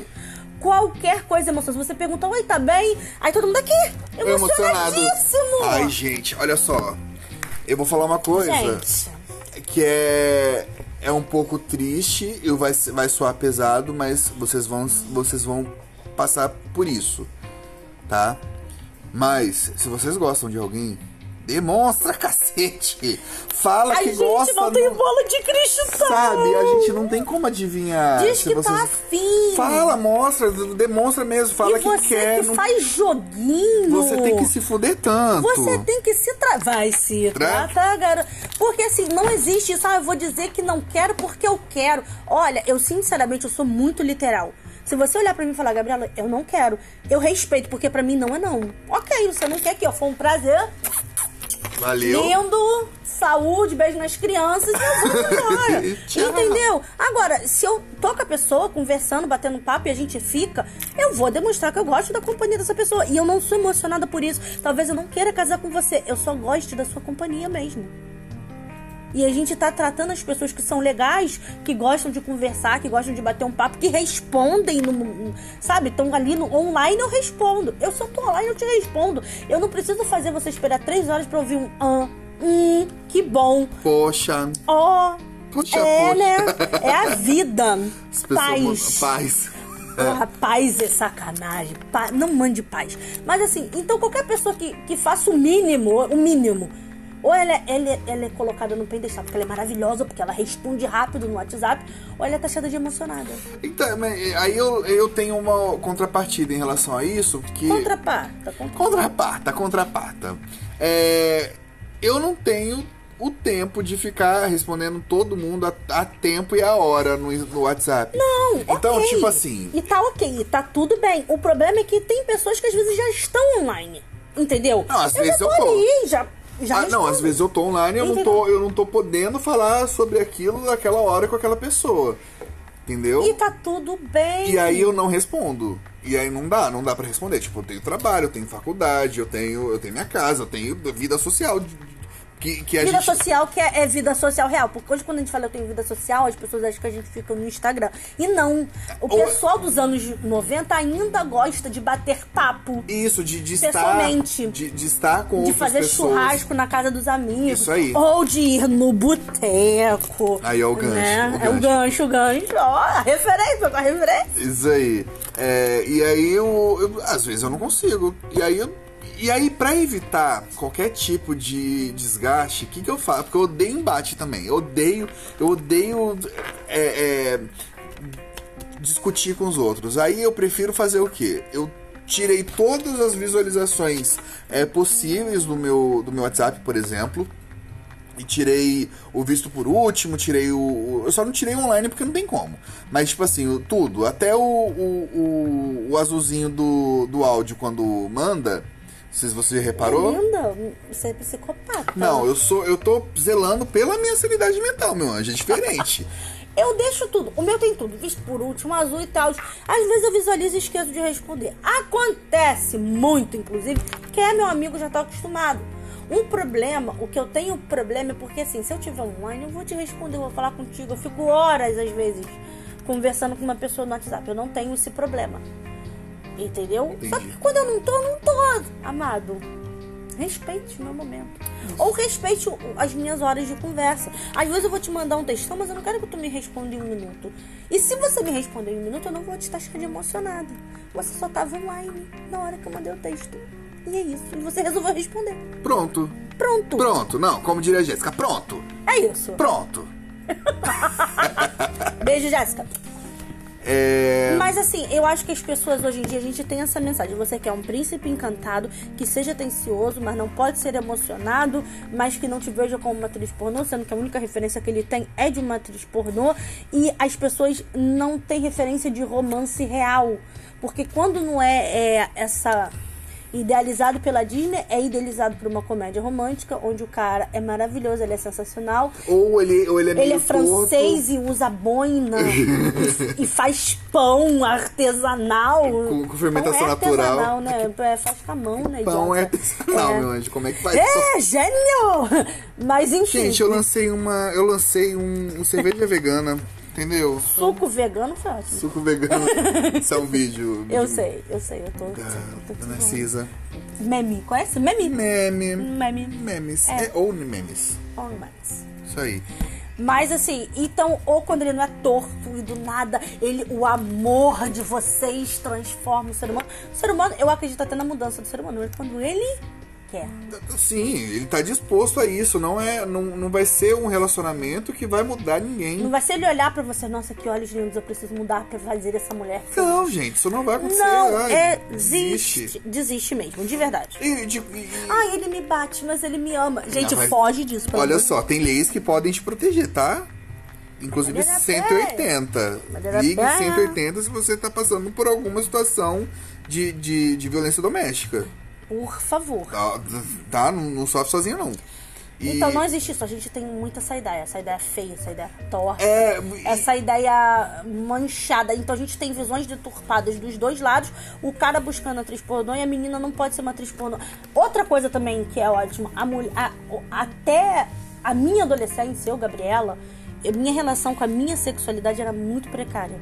Speaker 2: Qualquer coisa emocionante. Se você pergunta, oi, tá bem? Aí todo mundo aqui,
Speaker 1: Eu emocionado.
Speaker 2: emocionadíssimo.
Speaker 1: Ai, gente, olha só. Eu vou falar uma coisa.
Speaker 2: Gente,
Speaker 1: que é é um pouco triste e vai vai soar pesado, mas vocês vão vocês vão passar por isso, tá? Mas se vocês gostam de alguém, demonstra cacete. Fala
Speaker 2: a
Speaker 1: que
Speaker 2: gente
Speaker 1: gosta,
Speaker 2: não tem
Speaker 1: não-
Speaker 2: bolo de cristal.
Speaker 1: sabe? A gente não tem como adivinhar.
Speaker 2: Diz
Speaker 1: se
Speaker 2: que
Speaker 1: vocês...
Speaker 2: tá afim.
Speaker 1: Fala, mostra, d- demonstra mesmo, fala
Speaker 2: e
Speaker 1: que
Speaker 2: você
Speaker 1: quer.
Speaker 2: que
Speaker 1: não-
Speaker 2: faz joguinho.
Speaker 1: Você tem que se fuder tanto.
Speaker 2: Você tem que se tra... Vai se
Speaker 1: Tra-
Speaker 2: tratar, garoto. Porque assim, não existe isso. Ah, eu vou dizer que não quero porque eu quero. Olha, eu sinceramente, eu sou muito literal. Se você olhar pra mim e falar, Gabriela, eu não quero. Eu respeito, porque pra mim não é não. Ok, você não quer aqui, ó. Foi um prazer.
Speaker 1: Valeu.
Speaker 2: Lindo, saúde, beijo nas crianças e eu vou embora.
Speaker 1: Tchau.
Speaker 2: É, Entendeu? Agora, se eu tô com a pessoa conversando, batendo papo e a gente fica, eu vou demonstrar que eu gosto da companhia dessa pessoa. E eu não sou emocionada por isso. Talvez eu não queira casar com você. Eu só gosto da sua companhia mesmo. E a gente tá tratando as pessoas que são legais, que gostam de conversar, que gostam de bater um papo, que respondem no. no- Sabe? Estão ali no online, eu respondo. Eu, se eu tô online, eu te respondo. Eu não preciso fazer você esperar três horas pra ouvir um. Ah, hum, que bom.
Speaker 1: Poxa.
Speaker 2: Ó.
Speaker 1: Puxa,
Speaker 2: é,
Speaker 1: poxa.
Speaker 2: né? É a vida.
Speaker 1: As pessoas-
Speaker 2: Paz.
Speaker 1: Paz.
Speaker 2: Porra, paz é sacanagem. Pa- Não mande paz. Mas assim, então qualquer pessoa que, que faça o mínimo, o mínimo. Ou ela, é- ela, é- ela é colocada no pedestal porque ela é maravilhosa, porque ela responde rápido no WhatsApp, ou ela é taxada de emocionada.
Speaker 1: Então, mas aí eu, eu tenho uma contrapartida em relação a isso, que...
Speaker 2: Contraparta. contra-
Speaker 1: Contraparta, contraparta. É, eu não tenho o tempo de ficar respondendo todo mundo a, a tempo e a hora no, no WhatsApp. Não, Então,
Speaker 2: Ok.
Speaker 1: tipo assim...
Speaker 2: E tá ok, e tá tudo bem. O problema é que tem pessoas que às vezes já estão online. Entendeu?
Speaker 1: Não, às
Speaker 2: eu
Speaker 1: vezes
Speaker 2: já
Speaker 1: eu
Speaker 2: tô
Speaker 1: tô.
Speaker 2: ali, já, já
Speaker 1: Ah, não,
Speaker 2: respondo.
Speaker 1: às vezes eu tô online, eu não tô, eu não tô podendo falar sobre aquilo naquela hora com aquela pessoa. Entendeu?
Speaker 2: E tá tudo bem.
Speaker 1: E aí eu não respondo. E aí não dá, não dá pra responder. Tipo, eu tenho trabalho, eu tenho faculdade, eu tenho, eu tenho minha casa, eu tenho vida social. de- de- Que, que a
Speaker 2: Vida
Speaker 1: gente.
Speaker 2: social que é, é vida social real. Porque hoje, quando a gente fala eu tenho vida social, as pessoas acham que a gente fica no Instagram. E não. O
Speaker 1: Ou-
Speaker 2: pessoal dos anos 90 ainda gosta de bater papo,
Speaker 1: Isso, de, de estar.
Speaker 2: Pessoalmente.
Speaker 1: De, de estar com
Speaker 2: de
Speaker 1: outras
Speaker 2: fazer
Speaker 1: pessoas.
Speaker 2: churrasco na casa dos amigos.
Speaker 1: Isso aí.
Speaker 2: Ou de ir no boteco.
Speaker 1: Aí é o gancho,
Speaker 2: Né?
Speaker 1: o
Speaker 2: é o gancho, o gancho. Ó, a referência, com a referência.
Speaker 1: Isso aí. É, e aí eu, eu- Às vezes eu não consigo. E aí eu. E aí, pra evitar qualquer tipo de desgaste, o que, que eu faço? Porque eu odeio embate também. Eu odeio. Eu odeio. é, é, discutir com os outros. Aí eu prefiro fazer o quê? Eu tirei todas as visualizações é, possíveis do meu, do meu WhatsApp, por exemplo. E tirei o visto por último, tirei o. o- Eu só não tirei o online porque não tem como. Mas, tipo assim, o- tudo. Até o, o, o, o azulzinho do, do áudio quando manda. Se você reparou?
Speaker 2: Linda, você é psicopata.
Speaker 1: Não, eu sou, eu tô zelando pela minha sanidade mental, meu anjo, é diferente.
Speaker 2: Eu deixo tudo. O meu tem tudo. Visto por último, azul e tal. Às vezes eu visualizo e esqueço de responder. Acontece muito, inclusive, que é meu amigo já tá acostumado. Um problema, o que eu tenho problema é porque assim, se eu tiver online, eu vou te responder, eu vou falar contigo. Eu fico horas, às vezes, conversando com uma pessoa no WhatsApp. Eu não tenho esse problema. Entendeu? Só
Speaker 1: Entendi.
Speaker 2: que quando eu não tô, eu não tô, amado. Respeite o meu momento. Ou respeite o- as minhas horas de conversa. Às vezes eu vou te mandar um textão, mas eu não quero que tu me responda em um minuto. E se você me responder em um minuto, eu não vou te taxar de emocionada. Você só tava online na hora que eu mandei o texto. E é isso. E você resolveu responder.
Speaker 1: Pronto.
Speaker 2: Pronto.
Speaker 1: Pronto, não, como diria a Jéssica, pronto.
Speaker 2: É isso.
Speaker 1: Pronto.
Speaker 2: Beijo, Jéssica.
Speaker 1: É.
Speaker 2: Mas assim, eu acho que as pessoas hoje em dia, a gente tem essa mensagem. Você quer um príncipe encantado que seja tencioso, mas não pode ser emocionado, mas que não te veja como uma atriz pornô, sendo que a única referência que ele tem é de uma atriz pornô. E as pessoas não têm referência de romance real. Porque quando não é, é essa. Idealizado pela Disney, é idealizado por uma comédia romântica, onde o cara é maravilhoso, ele é sensacional,
Speaker 1: Ou ele, ou ele é meio
Speaker 2: ele é
Speaker 1: torto.
Speaker 2: francês e usa boina e, e faz pão artesanal.
Speaker 1: Com- com fermentação
Speaker 2: pão é artesanal,
Speaker 1: natural.
Speaker 2: né? É, faz com a mão, né?
Speaker 1: Pão é
Speaker 2: idiota?
Speaker 1: artesanal, meu anjo. Como é que faz isso?
Speaker 2: É, gênio! Mas enfim,
Speaker 1: Gente, eu lancei uma. Eu lancei um, um cerveja vegana, entendeu?
Speaker 2: suco vegano foi ótimo.
Speaker 1: Suco vegano. Isso é um vídeo.
Speaker 2: Eu
Speaker 1: de-
Speaker 2: sei, Tá eu sei, eu tô.
Speaker 1: Da,
Speaker 2: tô-
Speaker 1: da
Speaker 2: tô-
Speaker 1: Narcisa.
Speaker 2: Meme, conhece? Meme.
Speaker 1: Meme.
Speaker 2: Meme.
Speaker 1: Memes.
Speaker 2: É.
Speaker 1: É. ou memes.
Speaker 2: Oh, mas.
Speaker 1: Isso aí.
Speaker 2: Mas assim, então, ou quando ele não é torto e do nada, ele, o amor de vocês transforma o ser humano. O ser humano, eu acredito até na mudança do ser humano, ele- quando ele quer.
Speaker 1: Sim, ele tá disposto a isso. Não, é, não, não vai ser um relacionamento que vai mudar ninguém.
Speaker 2: Não vai ser ele olhar pra você, nossa, que olhos lindos, eu preciso mudar pra fazer essa mulher. feliz."
Speaker 1: Não, gente, isso não vai acontecer.
Speaker 2: Não,
Speaker 1: Ai,
Speaker 2: é,
Speaker 1: desiste.
Speaker 2: desiste. Desiste mesmo, de verdade.
Speaker 1: E, de- e-
Speaker 2: Ai, ele me bate, mas ele me ama. Gente,
Speaker 1: Não, mas-
Speaker 2: foge disso. pelo
Speaker 1: Olha
Speaker 2: amor de
Speaker 1: só, tem leis que podem te proteger, tá? Inclusive
Speaker 2: Mas era
Speaker 1: 180.
Speaker 2: Mas era
Speaker 1: Ligue
Speaker 2: bem.
Speaker 1: 180 se você tá passando por alguma situação de, de, de violência doméstica.
Speaker 2: Por favor.
Speaker 1: Tá? tá? Não, não sofre sozinha, não. E-
Speaker 2: Então não existe isso. A gente tem muita essa ideia. Essa ideia feia, essa ideia torta.
Speaker 1: É,
Speaker 2: Essa ideia manchada. Então a gente tem visões deturpadas dos dois lados. O cara buscando atriz pornô e a menina não pode ser uma atriz pornô. Outra coisa também que é ótima. A mulher, a- o- até a minha adolescência, eu, Gabriela, eu- minha relação com a minha sexualidade era muito precária.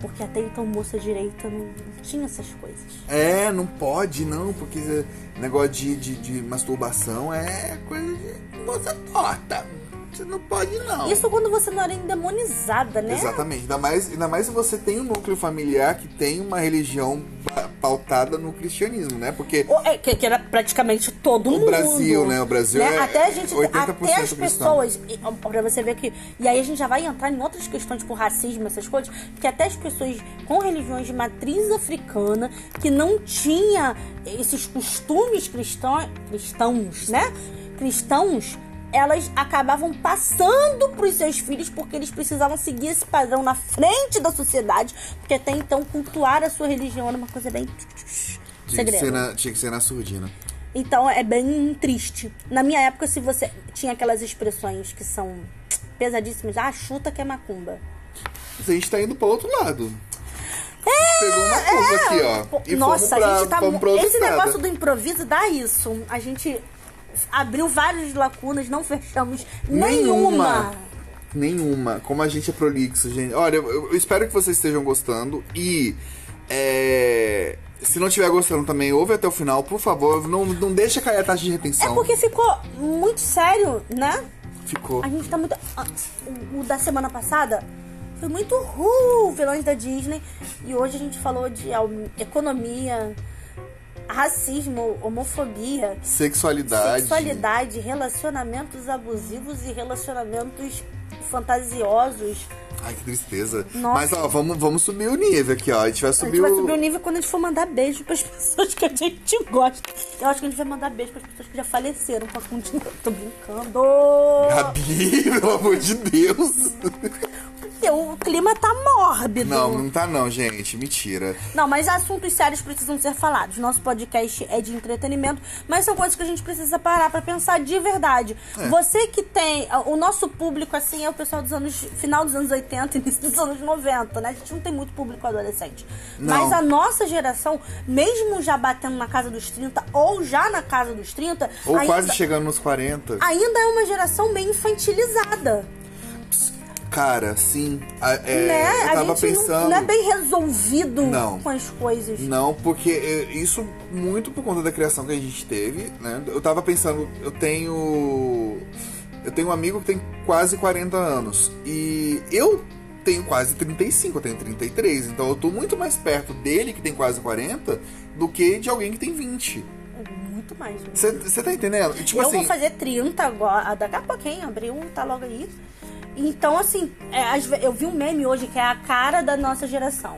Speaker 2: Porque até então moça direita não, não tinha essas coisas.
Speaker 1: é, não pode, não, porque negócio de, de, de masturbação é coisa de moça torta. Você não pode, não.
Speaker 2: Isso é? quando você não era endemonizada, né?
Speaker 1: Exatamente. Ainda mais, ainda mais se você tem um núcleo familiar que tem uma religião pa- pautada no cristianismo, né? Porque
Speaker 2: Ou, é, que, que era praticamente todo mundo.
Speaker 1: Brasil, né? O Brasil é
Speaker 2: Até a gente,
Speaker 1: 80%
Speaker 2: até as
Speaker 1: cristão.
Speaker 2: pessoas, e, ó, pra você ver que. E aí a gente já vai entrar em outras questões, tipo racismo, essas coisas, que até as pessoas com religiões de matriz africana, que não tinha esses costumes cristão, cristãos, né? Cristãos. Elas acabavam passando para os seus filhos porque eles precisavam seguir esse padrão na frente da sociedade, porque até então cultuar a sua religião era uma coisa bem
Speaker 1: tinha que,
Speaker 2: segredo.
Speaker 1: ser né? na, tinha que ser na surdina.
Speaker 2: Então é bem triste. Na minha época, se você tinha aquelas expressões que são pesadíssimas, ah, chuta que é macumba.
Speaker 1: Mas a gente tá indo pra outro lado. Pegou uma curva aqui, ó.
Speaker 2: É, Pô,
Speaker 1: E fomos
Speaker 2: Nossa,
Speaker 1: pra,
Speaker 2: a gente tá.
Speaker 1: fomos pra outra
Speaker 2: Esse
Speaker 1: estrada.
Speaker 2: negócio do improviso dá isso. A gente abriu várias lacunas, não fechamos nenhuma.
Speaker 1: Nenhuma. Como a gente é prolixo, gente. Olha, eu, eu espero que vocês estejam gostando. E. é, Se não estiver gostando também, ouve até o final, por favor. Não, não deixa cair a taxa de
Speaker 2: É
Speaker 1: retenção.
Speaker 2: porque ficou muito sério, né?
Speaker 1: Ficou.
Speaker 2: A gente tá muito. ah, O, o da semana passada foi muito uh, vilões da Disney. E hoje a gente falou de ah, economia, racismo, homofobia,
Speaker 1: Sexualidade.
Speaker 2: sexualidade, relacionamentos abusivos e relacionamentos fantasiosos.
Speaker 1: Ai, que tristeza.
Speaker 2: Nossa.
Speaker 1: Mas, ó, vamos, vamos subir o nível aqui, ó. A gente vai
Speaker 2: A
Speaker 1: subir,
Speaker 2: gente vai
Speaker 1: o...
Speaker 2: subir o nível quando a gente for mandar beijo pras pessoas que a gente gosta. Eu acho que a gente vai mandar beijo pras pessoas que já faleceram pra continuar. Tô brincando.
Speaker 1: Gabi, pelo amor de Deus.
Speaker 2: quê? O clima tá mórbido.
Speaker 1: Não, não tá não, gente. Mentira.
Speaker 2: Não, mas assuntos sérios precisam ser falados. Nosso podcast é de entretenimento, mas são coisas que a gente precisa parar pra pensar de verdade.
Speaker 1: É.
Speaker 2: Você que tem. O nosso público, assim, é o pessoal dos anos. Final dos anos 80, início dos anos 90, né? A gente não tem muito público adolescente.
Speaker 1: Não.
Speaker 2: Mas a nossa geração, mesmo já batendo na casa dos 30, ou já na casa dos 30,
Speaker 1: Ou
Speaker 2: ainda, tá-
Speaker 1: quase chegando nos 40.
Speaker 2: ainda é uma geração meio infantilizada.
Speaker 1: Cara, sim. A, é,
Speaker 2: né?
Speaker 1: Eu tava
Speaker 2: a gente não,
Speaker 1: pensando.
Speaker 2: não é bem resolvido
Speaker 1: Não.
Speaker 2: com as coisas.
Speaker 1: Não, porque eu- isso muito por conta da criação que a gente teve, né? Eu tava pensando, eu tenho. Eu tenho um amigo que tem quase 40 anos. E eu tenho quase 35, eu tenho 33. Então eu tô muito mais perto dele, que tem quase 40, do que de alguém que tem 20.
Speaker 2: Muito mais. né?
Speaker 1: Você tá entendendo? Tipo
Speaker 2: eu
Speaker 1: assim.
Speaker 2: vou fazer 30 agora, ah, daqui a pouquinho, abril, tá logo aí. Então, assim, é, às ve- eu vi um meme hoje que é a cara da nossa geração.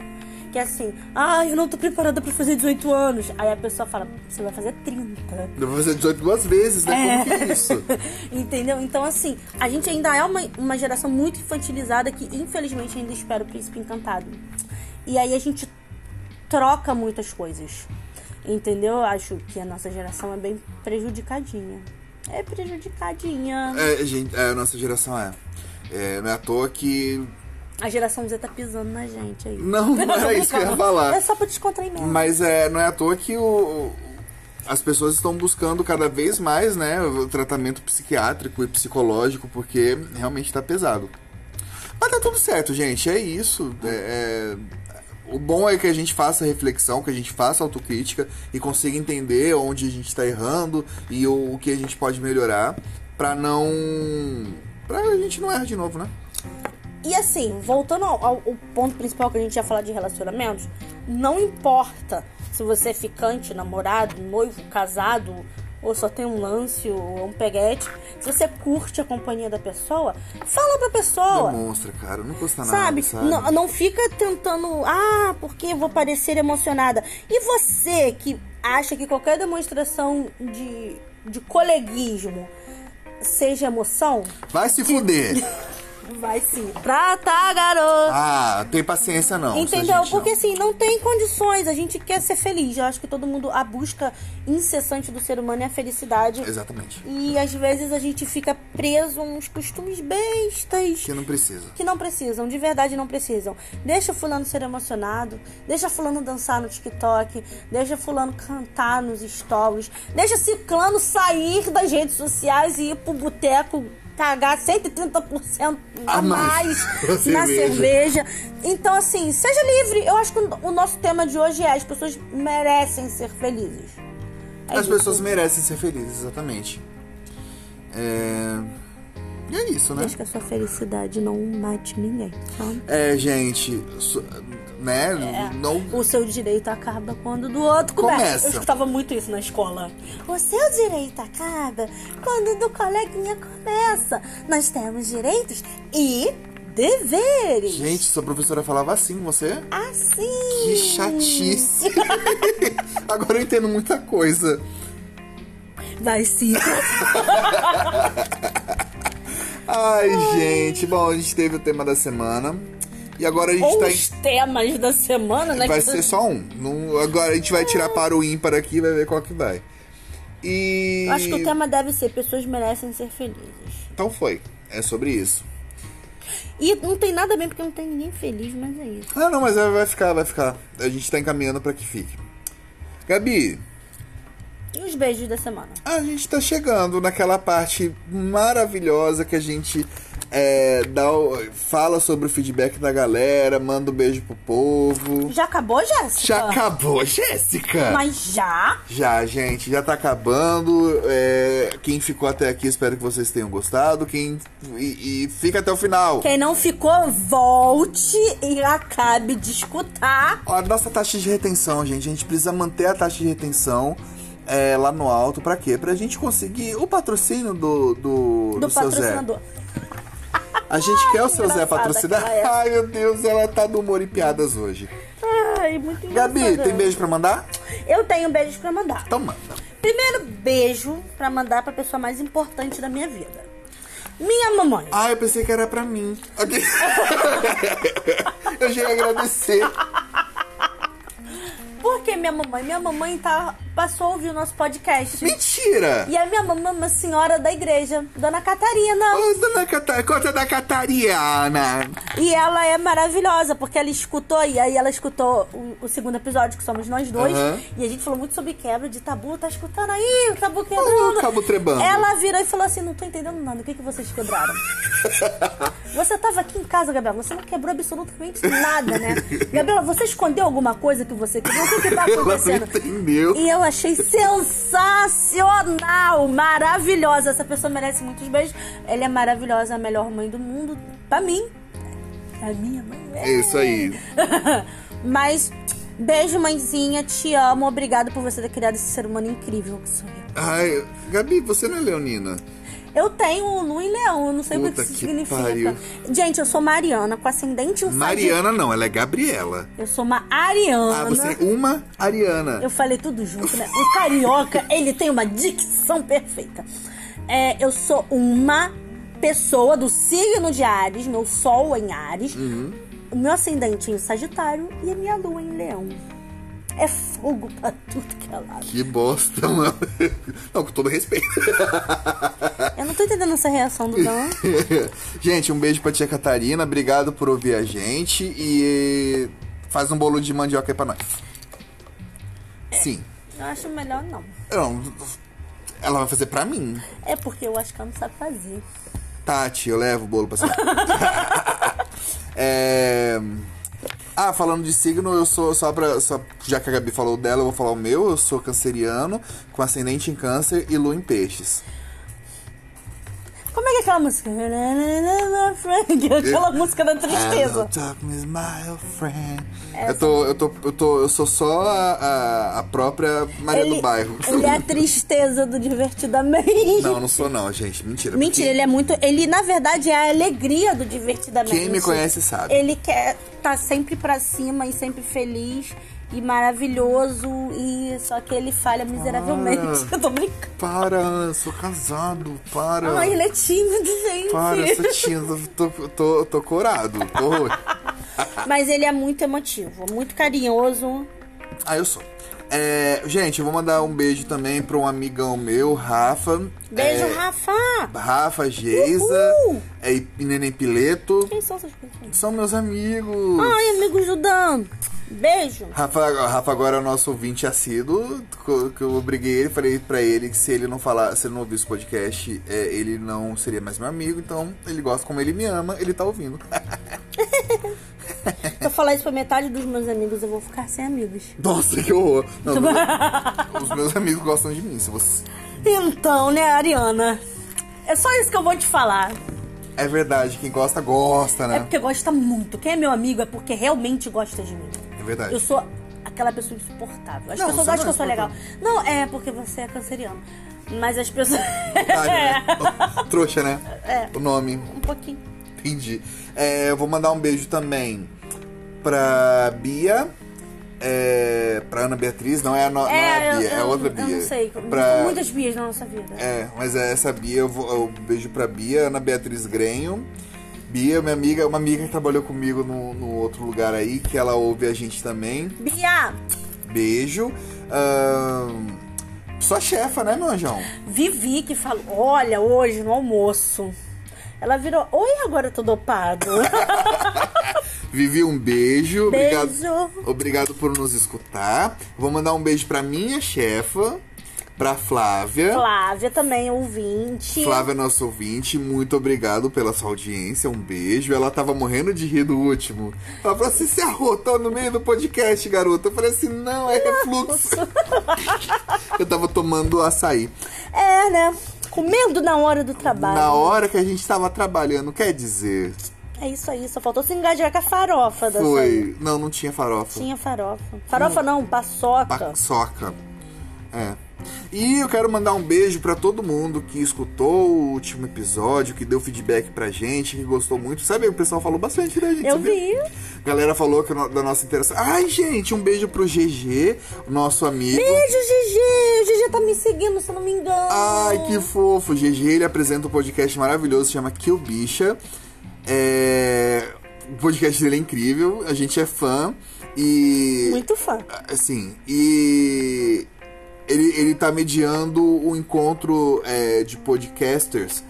Speaker 2: Que é assim, ah, eu não tô preparada pra fazer 18 anos. Aí a pessoa fala, você vai fazer 30.
Speaker 1: Eu vou fazer 18 duas vezes, né? Como que é isso?
Speaker 2: Entendeu? Então, assim, a gente ainda é uma, uma geração muito infantilizada que, infelizmente, ainda espera o príncipe encantado. E aí a gente troca muitas coisas. Entendeu? Eu Acho que a nossa geração é bem prejudicadinha. É prejudicadinha.
Speaker 1: É, gente, é, a nossa geração é. É, não é à toa que.
Speaker 2: A geração Z tá pisando na gente aí.
Speaker 1: Não, não era isso que eu ia falar.
Speaker 2: É só pra descontrair mesmo.
Speaker 1: Mas é, não é à toa que o, as pessoas estão buscando cada vez mais, né, o tratamento psiquiátrico e psicológico, porque realmente tá pesado. Mas tá tudo certo, gente. É isso. É- é- o bom é que a gente faça reflexão, que a gente faça autocrítica e consiga entender onde a gente tá errando e o, o que a gente pode melhorar pra não. pra a gente não errar de novo, né?
Speaker 2: E assim, voltando ao, ao- ao ponto principal que a gente ia falar de relacionamentos, não importa se você é ficante, namorado, noivo, casado, ou só tem um lance ou um peguete, se você curte a companhia da pessoa, fala pra pessoa.
Speaker 1: Demonstra, cara. Não custa
Speaker 2: Sabe?
Speaker 1: nada. Sabe?
Speaker 2: Não, não fica tentando, ah, porque eu vou parecer emocionada. E você que acha que qualquer demonstração de, de coleguismo seja emoção,
Speaker 1: Vai se fuder.
Speaker 2: vai se tratar, garoto!
Speaker 1: Ah, tem paciência não. essa gente
Speaker 2: Entendeu?
Speaker 1: não.
Speaker 2: Porque assim, não tem condições, a gente quer ser feliz. Eu acho que todo mundo, a busca incessante do ser humano é a felicidade.
Speaker 1: Exatamente.
Speaker 2: E às vezes a gente fica preso a uns costumes bestas
Speaker 1: Que não precisa.
Speaker 2: que não precisam, de verdade não precisam. Deixa fulano ser emocionado, deixa fulano dançar no TikTok, deixa fulano cantar nos stories, deixa ciclano sair das redes sociais e ir pro boteco cagar 130% a
Speaker 1: A
Speaker 2: mais
Speaker 1: mais. Cerveja.
Speaker 2: na cerveja. Então, assim, seja livre. Eu acho que o nosso tema de hoje é as pessoas merecem ser felizes. É
Speaker 1: As
Speaker 2: isso.
Speaker 1: pessoas merecem ser felizes, exatamente. É. E é isso, né?
Speaker 2: Desde que a sua felicidade não mate ninguém, tá?
Speaker 1: É, gente. so- Né?
Speaker 2: É.
Speaker 1: Não.
Speaker 2: O seu direito acaba quando do outro começa.
Speaker 1: Começa.
Speaker 2: Eu escutava muito isso na escola. O seu direito acaba quando do coleguinha começa. Nós temos direitos e deveres.
Speaker 1: Gente, sua professora falava assim, você?
Speaker 2: Assim.
Speaker 1: Que chatice. Agora eu entendo muita coisa.
Speaker 2: Vai se.
Speaker 1: Ai, gente. Bom, a gente teve o tema da semana. E agora a gente
Speaker 2: Ou
Speaker 1: tá
Speaker 2: os um temas da semana, né?
Speaker 1: Vai
Speaker 2: que-
Speaker 1: ser só um. Não- agora a gente vai tirar para o ímpar aqui e vai ver qual que vai. E.
Speaker 2: Eu Acho que o tema deve ser pessoas merecem ser felizes.
Speaker 1: Então foi. É sobre isso.
Speaker 2: E não tem nada bem porque não tem ninguém feliz, mas é isso.
Speaker 1: Ah, não, mas vai vai ficar, vai ficar. A gente tá encaminhando pra que fique. Gabi,
Speaker 2: E os beijos da semana?
Speaker 1: a gente tá chegando naquela parte maravilhosa que a gente é, dá, o- fala sobre o feedback da galera, manda um beijo pro povo.
Speaker 2: Já acabou, Jéssica?
Speaker 1: Já acabou, Jéssica!
Speaker 2: Mas já?
Speaker 1: Já, gente, já tá acabando. É, quem ficou até aqui, espero que vocês tenham gostado. Quem e, e fica até o final.
Speaker 2: Quem não ficou, volte e acabe de escutar.
Speaker 1: A nossa taxa de retenção, gente, a gente precisa manter a taxa de retenção é, lá no alto. Pra quê? Pra gente conseguir o patrocínio do, do,
Speaker 2: Do,
Speaker 1: do seu Zé.
Speaker 2: patrocinador.
Speaker 1: A gente quer o seu Zé
Speaker 2: engraçada
Speaker 1: patrocinar.
Speaker 2: que ela é.
Speaker 1: Ai, meu Deus, ela tá do humor e piadas hoje.
Speaker 2: Ai, muito
Speaker 1: Gabi,
Speaker 2: engraçado.
Speaker 1: tem beijo pra mandar?
Speaker 2: Eu tenho beijos pra mandar.
Speaker 1: Então manda.
Speaker 2: Primeiro beijo pra mandar pra pessoa mais importante da minha vida. Minha mamãe.
Speaker 1: Ah, eu pensei que era pra mim. Ok. eu já ia agradecer.
Speaker 2: Por que minha mamãe? Minha mamãe tá, passou a ouvir o nosso podcast.
Speaker 1: Mentira!
Speaker 2: E a minha mamãe é uma senhora da igreja, Dona Catarina.
Speaker 1: Ô, dona Catarina, conta da Catariana.
Speaker 2: E ela é maravilhosa, porque ela escutou, e aí ela escutou o, o segundo episódio, que somos nós dois.
Speaker 1: Aham.
Speaker 2: E a gente falou muito sobre quebra de tabu, tá escutando aí, o tabu quebrando.
Speaker 1: Ô, tabu trebando.
Speaker 2: Ela virou e falou assim: não tô entendendo nada, o que, que vocês quebraram? você tava aqui em casa, Gabriela, você não quebrou absolutamente nada, né? Gabriela, você escondeu alguma coisa que você quebrou? O que, que tá
Speaker 1: Ela não
Speaker 2: acontecendo?
Speaker 1: entendeu.
Speaker 2: E eu achei sensacional, maravilhosa. Essa pessoa merece muitos beijos. Ela é maravilhosa, a melhor mãe do mundo. Pra mim. A minha mãe. né?
Speaker 1: É isso aí.
Speaker 2: Mas, beijo, mãezinha. Te amo. Obrigado por você ter criado esse ser humano incrível que sou eu.
Speaker 1: Ai, Gabi, você não é leonina?
Speaker 2: Eu tenho o Lu em Leão. Eu não sei o que
Speaker 1: Puta
Speaker 2: isso
Speaker 1: que
Speaker 2: significa.
Speaker 1: pariu.
Speaker 2: Gente, eu sou Mariana, com ascendente em Sagitário.
Speaker 1: Mariana não, ela é Gabriela.
Speaker 2: Eu sou uma Ariana.
Speaker 1: Ah, você é uma Ariana.
Speaker 2: Eu falei tudo junto, né? O carioca, ele tem uma dicção perfeita. É, eu sou uma pessoa do signo de Ares, meu sol é em Ares, o meu ascendente é em Sagitário e a minha lua é em Leão. É fogo pra tudo que é lado.
Speaker 1: Que bosta, mano. Não, com todo respeito.
Speaker 2: Eu não tô entendendo essa reação do Dan.
Speaker 1: gente, um beijo pra tia Catarina. Obrigado por ouvir a gente. E faz um bolo de mandioca aí pra nós.
Speaker 2: É.
Speaker 1: Sim.
Speaker 2: Eu acho melhor não.
Speaker 1: Não, ela vai fazer pra mim.
Speaker 2: É porque eu acho que ela não sabe fazer.
Speaker 1: Tati, eu levo o bolo pra você. É, Ah, falando de signo, eu sou só pra. só- já que a Gabi falou dela, eu vou falar o meu. Eu sou canceriano, com ascendente em câncer e lua em peixes.
Speaker 2: Como é que é aquela música?
Speaker 1: É.
Speaker 2: Aquela música da
Speaker 1: Hello,
Speaker 2: tristeza.
Speaker 1: darkness, my old friend. Eu tô, eu tô, eu tô, eu sou só a, a- a própria Maria do Bairro.
Speaker 2: ele é a tristeza do divertidamente.
Speaker 1: Não, não sou não, gente. Mentira.
Speaker 2: Mentira, ele é muito. Ele, na verdade, é a alegria do divertidamente.
Speaker 1: Quem me conhece sabe.
Speaker 2: é Ele quer tá sempre pra cima e sempre feliz e maravilhoso. E só que ele
Speaker 1: Ah.
Speaker 2: falha miseravelmente. Eu tô brincando.
Speaker 1: Para, sou casado, para.
Speaker 2: Ai, ele é tímido, gente.
Speaker 1: Para, essa tia, eu tô, tô, tô, tô corado. Tô... tá-
Speaker 2: Mas ele é muito emotivo, muito carinhoso.
Speaker 1: Ah, eu sou. É, gente, eu vou mandar um beijo também pra um amigão meu, Rafa.
Speaker 2: Beijo,
Speaker 1: É,
Speaker 2: Rafa!
Speaker 1: Rafa, Geisa
Speaker 2: Uhul!
Speaker 1: é, e Neném Pileto.
Speaker 2: Quem são essas pessoas?
Speaker 1: São meus amigos.
Speaker 2: Ai, amigo Judan. Beijo.
Speaker 1: Rafa, Rafa agora é o nosso ouvinte assíduo, co- que eu obriguei ele, falei pra ele que se ele não falar, se ele não ouvisse o podcast, é, ele não seria mais meu amigo, então ele gosta como ele me ama, ele tá ouvindo.
Speaker 2: Se eu falar isso pra metade dos meus amigos, eu vou ficar sem amigos.
Speaker 1: Nossa, que horror! Não, meus- os meus amigos gostam de mim, se você...
Speaker 2: Então, né, Ariana? É só isso que eu vou te falar.
Speaker 1: É verdade, quem gosta, gosta,
Speaker 2: É
Speaker 1: né?
Speaker 2: porque gosta muito. Quem é meu amigo é porque realmente gosta de mim.
Speaker 1: É verdade.
Speaker 2: Eu sou aquela pessoa insuportável. As
Speaker 1: Não,
Speaker 2: pessoas
Speaker 1: você
Speaker 2: acham que
Speaker 1: não
Speaker 2: eu
Speaker 1: é
Speaker 2: sou legal. Não, é porque você é canceriano. Mas as pessoas.
Speaker 1: Otário,
Speaker 2: é,
Speaker 1: né? Trouxa, né? O nome,
Speaker 2: um pouquinho.
Speaker 1: entendi. É, eu vou mandar um beijo também pra Bia. É, pra Ana Beatriz, não é a, no, não é a Bia, é outra Bia.
Speaker 2: Eu não sei.
Speaker 1: Pra-
Speaker 2: Muitas bias na nossa vida.
Speaker 1: É, mas é essa Bia, eu, vou, eu beijo pra Bia, Ana Beatriz Grenho. Bia, minha amiga, uma amiga que trabalhou comigo no, no outro lugar aí, que ela ouve a gente também.
Speaker 2: Bia,
Speaker 1: Beijo. Ahn, sua chefa, né, meu anjão?
Speaker 2: Vivi que falou: olha, hoje no almoço. Ela virou: oi, agora eu tô dopado.
Speaker 1: Vivi, um beijo.
Speaker 2: Beijo.
Speaker 1: Obrigado, obrigado por nos escutar. Vou mandar um beijo pra minha chefa, pra Flávia.
Speaker 2: Flávia também, ouvinte.
Speaker 1: Flávia, nosso ouvinte, muito obrigado pela sua audiência. Um beijo. Ela tava morrendo de rir do último. Ela falou assim: você arrotou no meio do podcast, garota. Eu falei assim: não, é refluxo. Eu tava tomando açaí.
Speaker 2: É, né? Comendo na hora do trabalho.
Speaker 1: Na hora que a gente tava trabalhando, quer dizer,
Speaker 2: É isso aí, só faltou se engajar com a farofa da saída.
Speaker 1: foi. Não, não tinha farofa.
Speaker 2: Tinha farofa. Farofa não, paçoca.
Speaker 1: Paçoca. É. E eu quero mandar um beijo pra todo mundo que escutou o último episódio, que deu feedback pra gente, que gostou muito. Sabe, o pessoal falou bastante da gente.
Speaker 2: Eu
Speaker 1: você viu?
Speaker 2: vi.
Speaker 1: A galera falou que no- da nossa interação. Ai, gente, um beijo pro GG, nosso amigo.
Speaker 2: Beijo, é Gigi. O Gigi tá me seguindo, se eu não me engano.
Speaker 1: Ai, que fofo. GG, ele apresenta um podcast maravilhoso, chama Kill Bicha. É... O podcast dele é incrível, a gente é fã. E.
Speaker 2: Muito fã.
Speaker 1: Assim, e. Ele, ele tá mediando o encontro é, de podcasters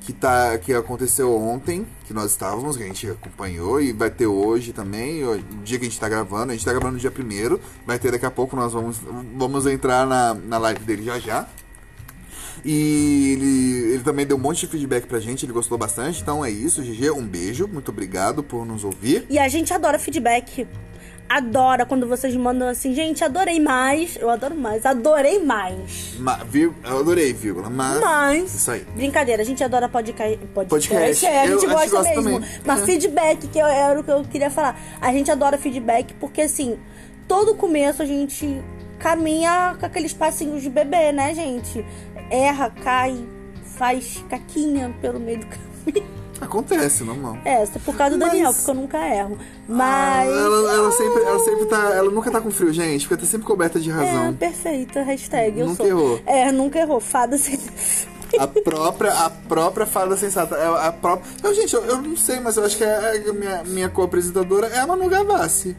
Speaker 1: que, tá, que aconteceu ontem, que nós estávamos, que a gente acompanhou, e vai ter hoje também, o dia que a gente tá gravando, a gente tá gravando no dia primeiro, vai ter daqui a pouco, nós vamos, vamos entrar na, na live dele já já. E ele, ele também deu um monte de feedback pra gente, ele gostou bastante, então é isso, GG, um beijo, muito obrigado por nos ouvir.
Speaker 2: E a gente adora feedback. Adora quando vocês mandam assim, gente, adorei mais. Eu adoro mais. Adorei mais.
Speaker 1: Ma, vir, eu adorei, vírgula, mas... é
Speaker 2: Mas.
Speaker 1: Isso aí.
Speaker 2: Brincadeira, a gente adora podca... podcast.
Speaker 1: Podcast.
Speaker 2: É, a
Speaker 1: Eu-
Speaker 2: gente
Speaker 1: a gente
Speaker 2: gosta
Speaker 1: gosta
Speaker 2: mesmo.
Speaker 1: também.
Speaker 2: Mas
Speaker 1: É.
Speaker 2: feedback, que eu- era o que eu queria falar. A gente adora feedback porque, assim, todo começo a gente caminha com aqueles passinhos de bebê, né, gente? Erra, cai, faz caquinha pelo meio do caminho.
Speaker 1: Acontece, normal.
Speaker 2: É, isso é por causa do
Speaker 1: Mas- Ah,
Speaker 2: Daniel, porque eu nunca erro. Mas.
Speaker 1: Ela, ela sempre, ela sempre tá. Ela nunca tá com frio, gente, porque tá sempre coberta de
Speaker 2: É,
Speaker 1: razão.
Speaker 2: perfeito, hashtag. Eu
Speaker 1: Nunca
Speaker 2: sou.
Speaker 1: errou.
Speaker 2: É, nunca errou. Fada sem.
Speaker 1: A própria, a própria fada sensata. é A própria... Não, gente, eu, eu não sei, mas eu acho que a, a minha, minha co-apresentadora é a Manu Gavassi.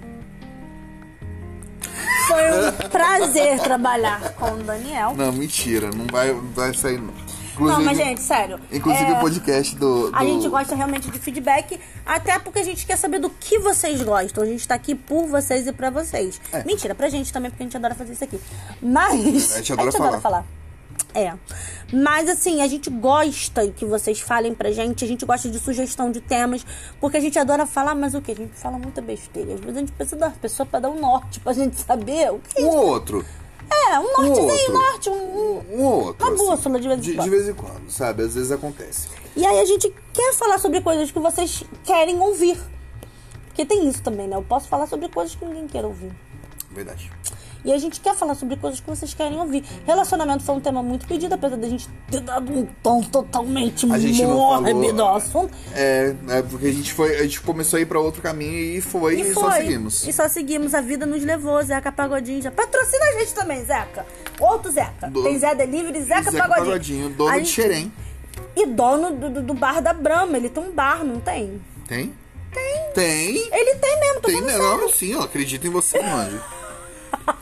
Speaker 2: Foi um prazer trabalhar com o Daniel.
Speaker 1: Não, mentira, não vai, não vai sair. Não,
Speaker 2: Não,
Speaker 1: Inclusive-
Speaker 2: mas, gente, sério.
Speaker 1: Inclusive
Speaker 2: é,
Speaker 1: o podcast do.
Speaker 2: A
Speaker 1: do-
Speaker 2: gente gosta realmente de feedback, até porque a gente quer saber do que vocês gostam. A gente tá aqui por vocês e pra vocês. Mentira, pra gente também, porque a gente adora fazer isso aqui. Mas.
Speaker 1: É. A gente adora falar.
Speaker 2: É. Mas assim, a gente gosta que vocês falem pra gente, a gente gosta de sugestão de temas, porque a gente adora falar, mas o que? A gente fala muita besteira. Às vezes a gente precisa de uma pessoa pra dar um norte, pra gente saber o que.
Speaker 1: Um ou outro.
Speaker 2: É, um norte,
Speaker 1: outro.
Speaker 2: um norte, um- um,
Speaker 1: Um ou outro.
Speaker 2: Uma bússola de vez em
Speaker 1: de,
Speaker 2: quando.
Speaker 1: de vez em quando, sabe? Às vezes acontece.
Speaker 2: E aí a gente quer falar sobre coisas que vocês querem ouvir. Porque tem isso também, né? Eu posso falar sobre coisas que ninguém quer ouvir.
Speaker 1: Verdade.
Speaker 2: E a gente quer falar sobre coisas que vocês querem ouvir. Relacionamento foi um tema muito pedido, apesar da gente ter dado um tom totalmente
Speaker 1: A gente não
Speaker 2: mórbido ao
Speaker 1: falou.
Speaker 2: assunto.
Speaker 1: É, é, porque a gente foi. A gente começou a ir pra outro caminho e foi e,
Speaker 2: E foi.
Speaker 1: só seguimos.
Speaker 2: E só seguimos. A vida nos levou. Zeca Pagodinho já patrocina a gente também, Zeca. Outro Zeca.
Speaker 1: Do-
Speaker 2: Tem Zé Delivery e Zeca,
Speaker 1: Zeca
Speaker 2: Pagodinho.
Speaker 1: é Pagodinho, dono
Speaker 2: A
Speaker 1: de Xerém.
Speaker 2: E dono do, do- do bar da Brahma. Ele tem um bar, não tem?
Speaker 1: Tem? Tem. Tem?
Speaker 2: Ele tem mesmo, tô
Speaker 1: Tem,
Speaker 2: falando
Speaker 1: né?
Speaker 2: sério.
Speaker 1: Não, sim, eu acredito em você, meu anjo.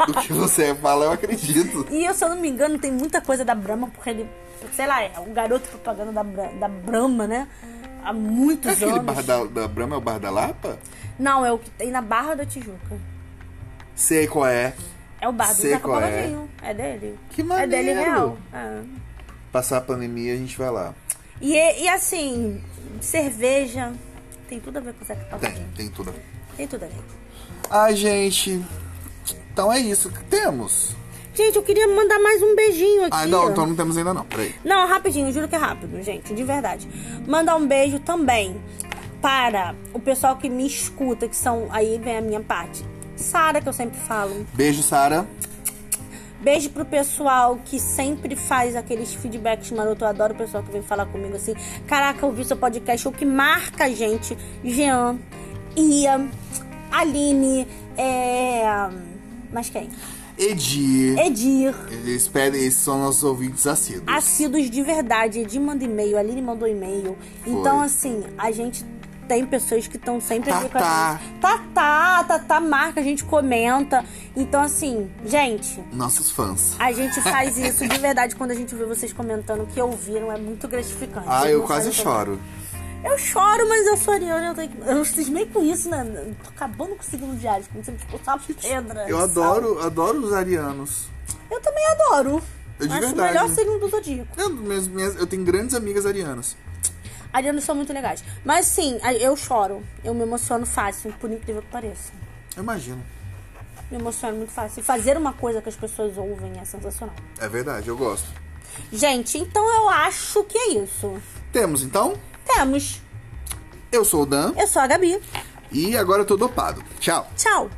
Speaker 1: Do que você fala, eu acredito.
Speaker 2: E eu, se eu não me engano, tem muita coisa da Brahma, porque ele, sei lá, é um garoto propaganda da, Bra- da Brahma, né? Há muitos
Speaker 1: É aquele
Speaker 2: anos.
Speaker 1: bar da, da Brahma é o bar da Lapa?
Speaker 2: Não, é o que tem na Barra da Tijuca.
Speaker 1: Sei qual é.
Speaker 2: É o bar do
Speaker 1: Sei
Speaker 2: Zeca
Speaker 1: qual é.
Speaker 2: Pagodinho. É. dele.
Speaker 1: Que
Speaker 2: É dele
Speaker 1: maneiro.
Speaker 2: real. É.
Speaker 1: Passar a pandemia, a gente vai lá.
Speaker 2: E, e assim, cerveja. Tem tudo a ver com o Zeca
Speaker 1: Tem,
Speaker 2: Pagodinho.
Speaker 1: tem tudo.
Speaker 2: Tem tudo a ver.
Speaker 1: Ai, gente. Então é isso. Temos.
Speaker 2: Gente, eu queria mandar mais um beijinho aqui.
Speaker 1: Ah, não, então não temos ainda não. Peraí.
Speaker 2: Não, rapidinho, juro que é rápido, gente, de verdade. Mandar um beijo também para o pessoal que me escuta, que são. Aí vem a minha parte. Sara, que eu sempre falo.
Speaker 1: Beijo, Sara.
Speaker 2: Beijo pro pessoal que sempre faz aqueles feedbacks maroto. Eu adoro o pessoal que vem falar comigo assim. Caraca, eu vi seu podcast, o que marca a gente. Jean, Ia, Aline, é. Mas quem?
Speaker 1: Edir.
Speaker 2: Edir.
Speaker 1: Eles pedem, eles são nossos ouvintes assíduos.
Speaker 2: Ah. assíduos de verdade. Edir manda e-mail, a Aline mandou e-mail. Então, assim, a gente tem pessoas que estão sempre aqui com a
Speaker 1: Tatá.
Speaker 2: gente. Tatá, Tatá marca, a gente comenta. Então, assim, gente,
Speaker 1: Nossos fãs.
Speaker 2: a gente faz isso de verdade quando a gente vê vocês comentando que ouviram. É muito gratificante.
Speaker 1: Ah,
Speaker 2: Vocês
Speaker 1: eu
Speaker 2: não
Speaker 1: quase
Speaker 2: sabem
Speaker 1: choro.
Speaker 2: como- Eu choro, mas eu sou ariana. Eu, tenho... que- eu cismei com isso, né? Eu Tô acabando com o signo de Ares, como se eu fosse uma pedra.
Speaker 1: Eu
Speaker 2: sabe?
Speaker 1: adoro, adoro os arianos.
Speaker 2: Eu também adoro.
Speaker 1: Eu É de
Speaker 2: Acho o
Speaker 1: verdade.
Speaker 2: melhor signo do Zodíaco.
Speaker 1: Eu, minhas- minhas- eu tenho grandes amigas arianas.
Speaker 2: Arianos são muito legais. Mas sim, a- eu choro. Eu me emociono fácil, por incrível que pareça.
Speaker 1: Eu imagino.
Speaker 2: Me emociono muito fácil. E fazer uma coisa que as pessoas ouvem é sensacional.
Speaker 1: É verdade, eu gosto.
Speaker 2: Gente, então eu acho que é isso.
Speaker 1: Temos então.
Speaker 2: Temos.
Speaker 1: Eu sou o Dan
Speaker 2: Eu sou a Gabi.
Speaker 1: e agora eu tô dopado. Tchau.
Speaker 2: Tchau.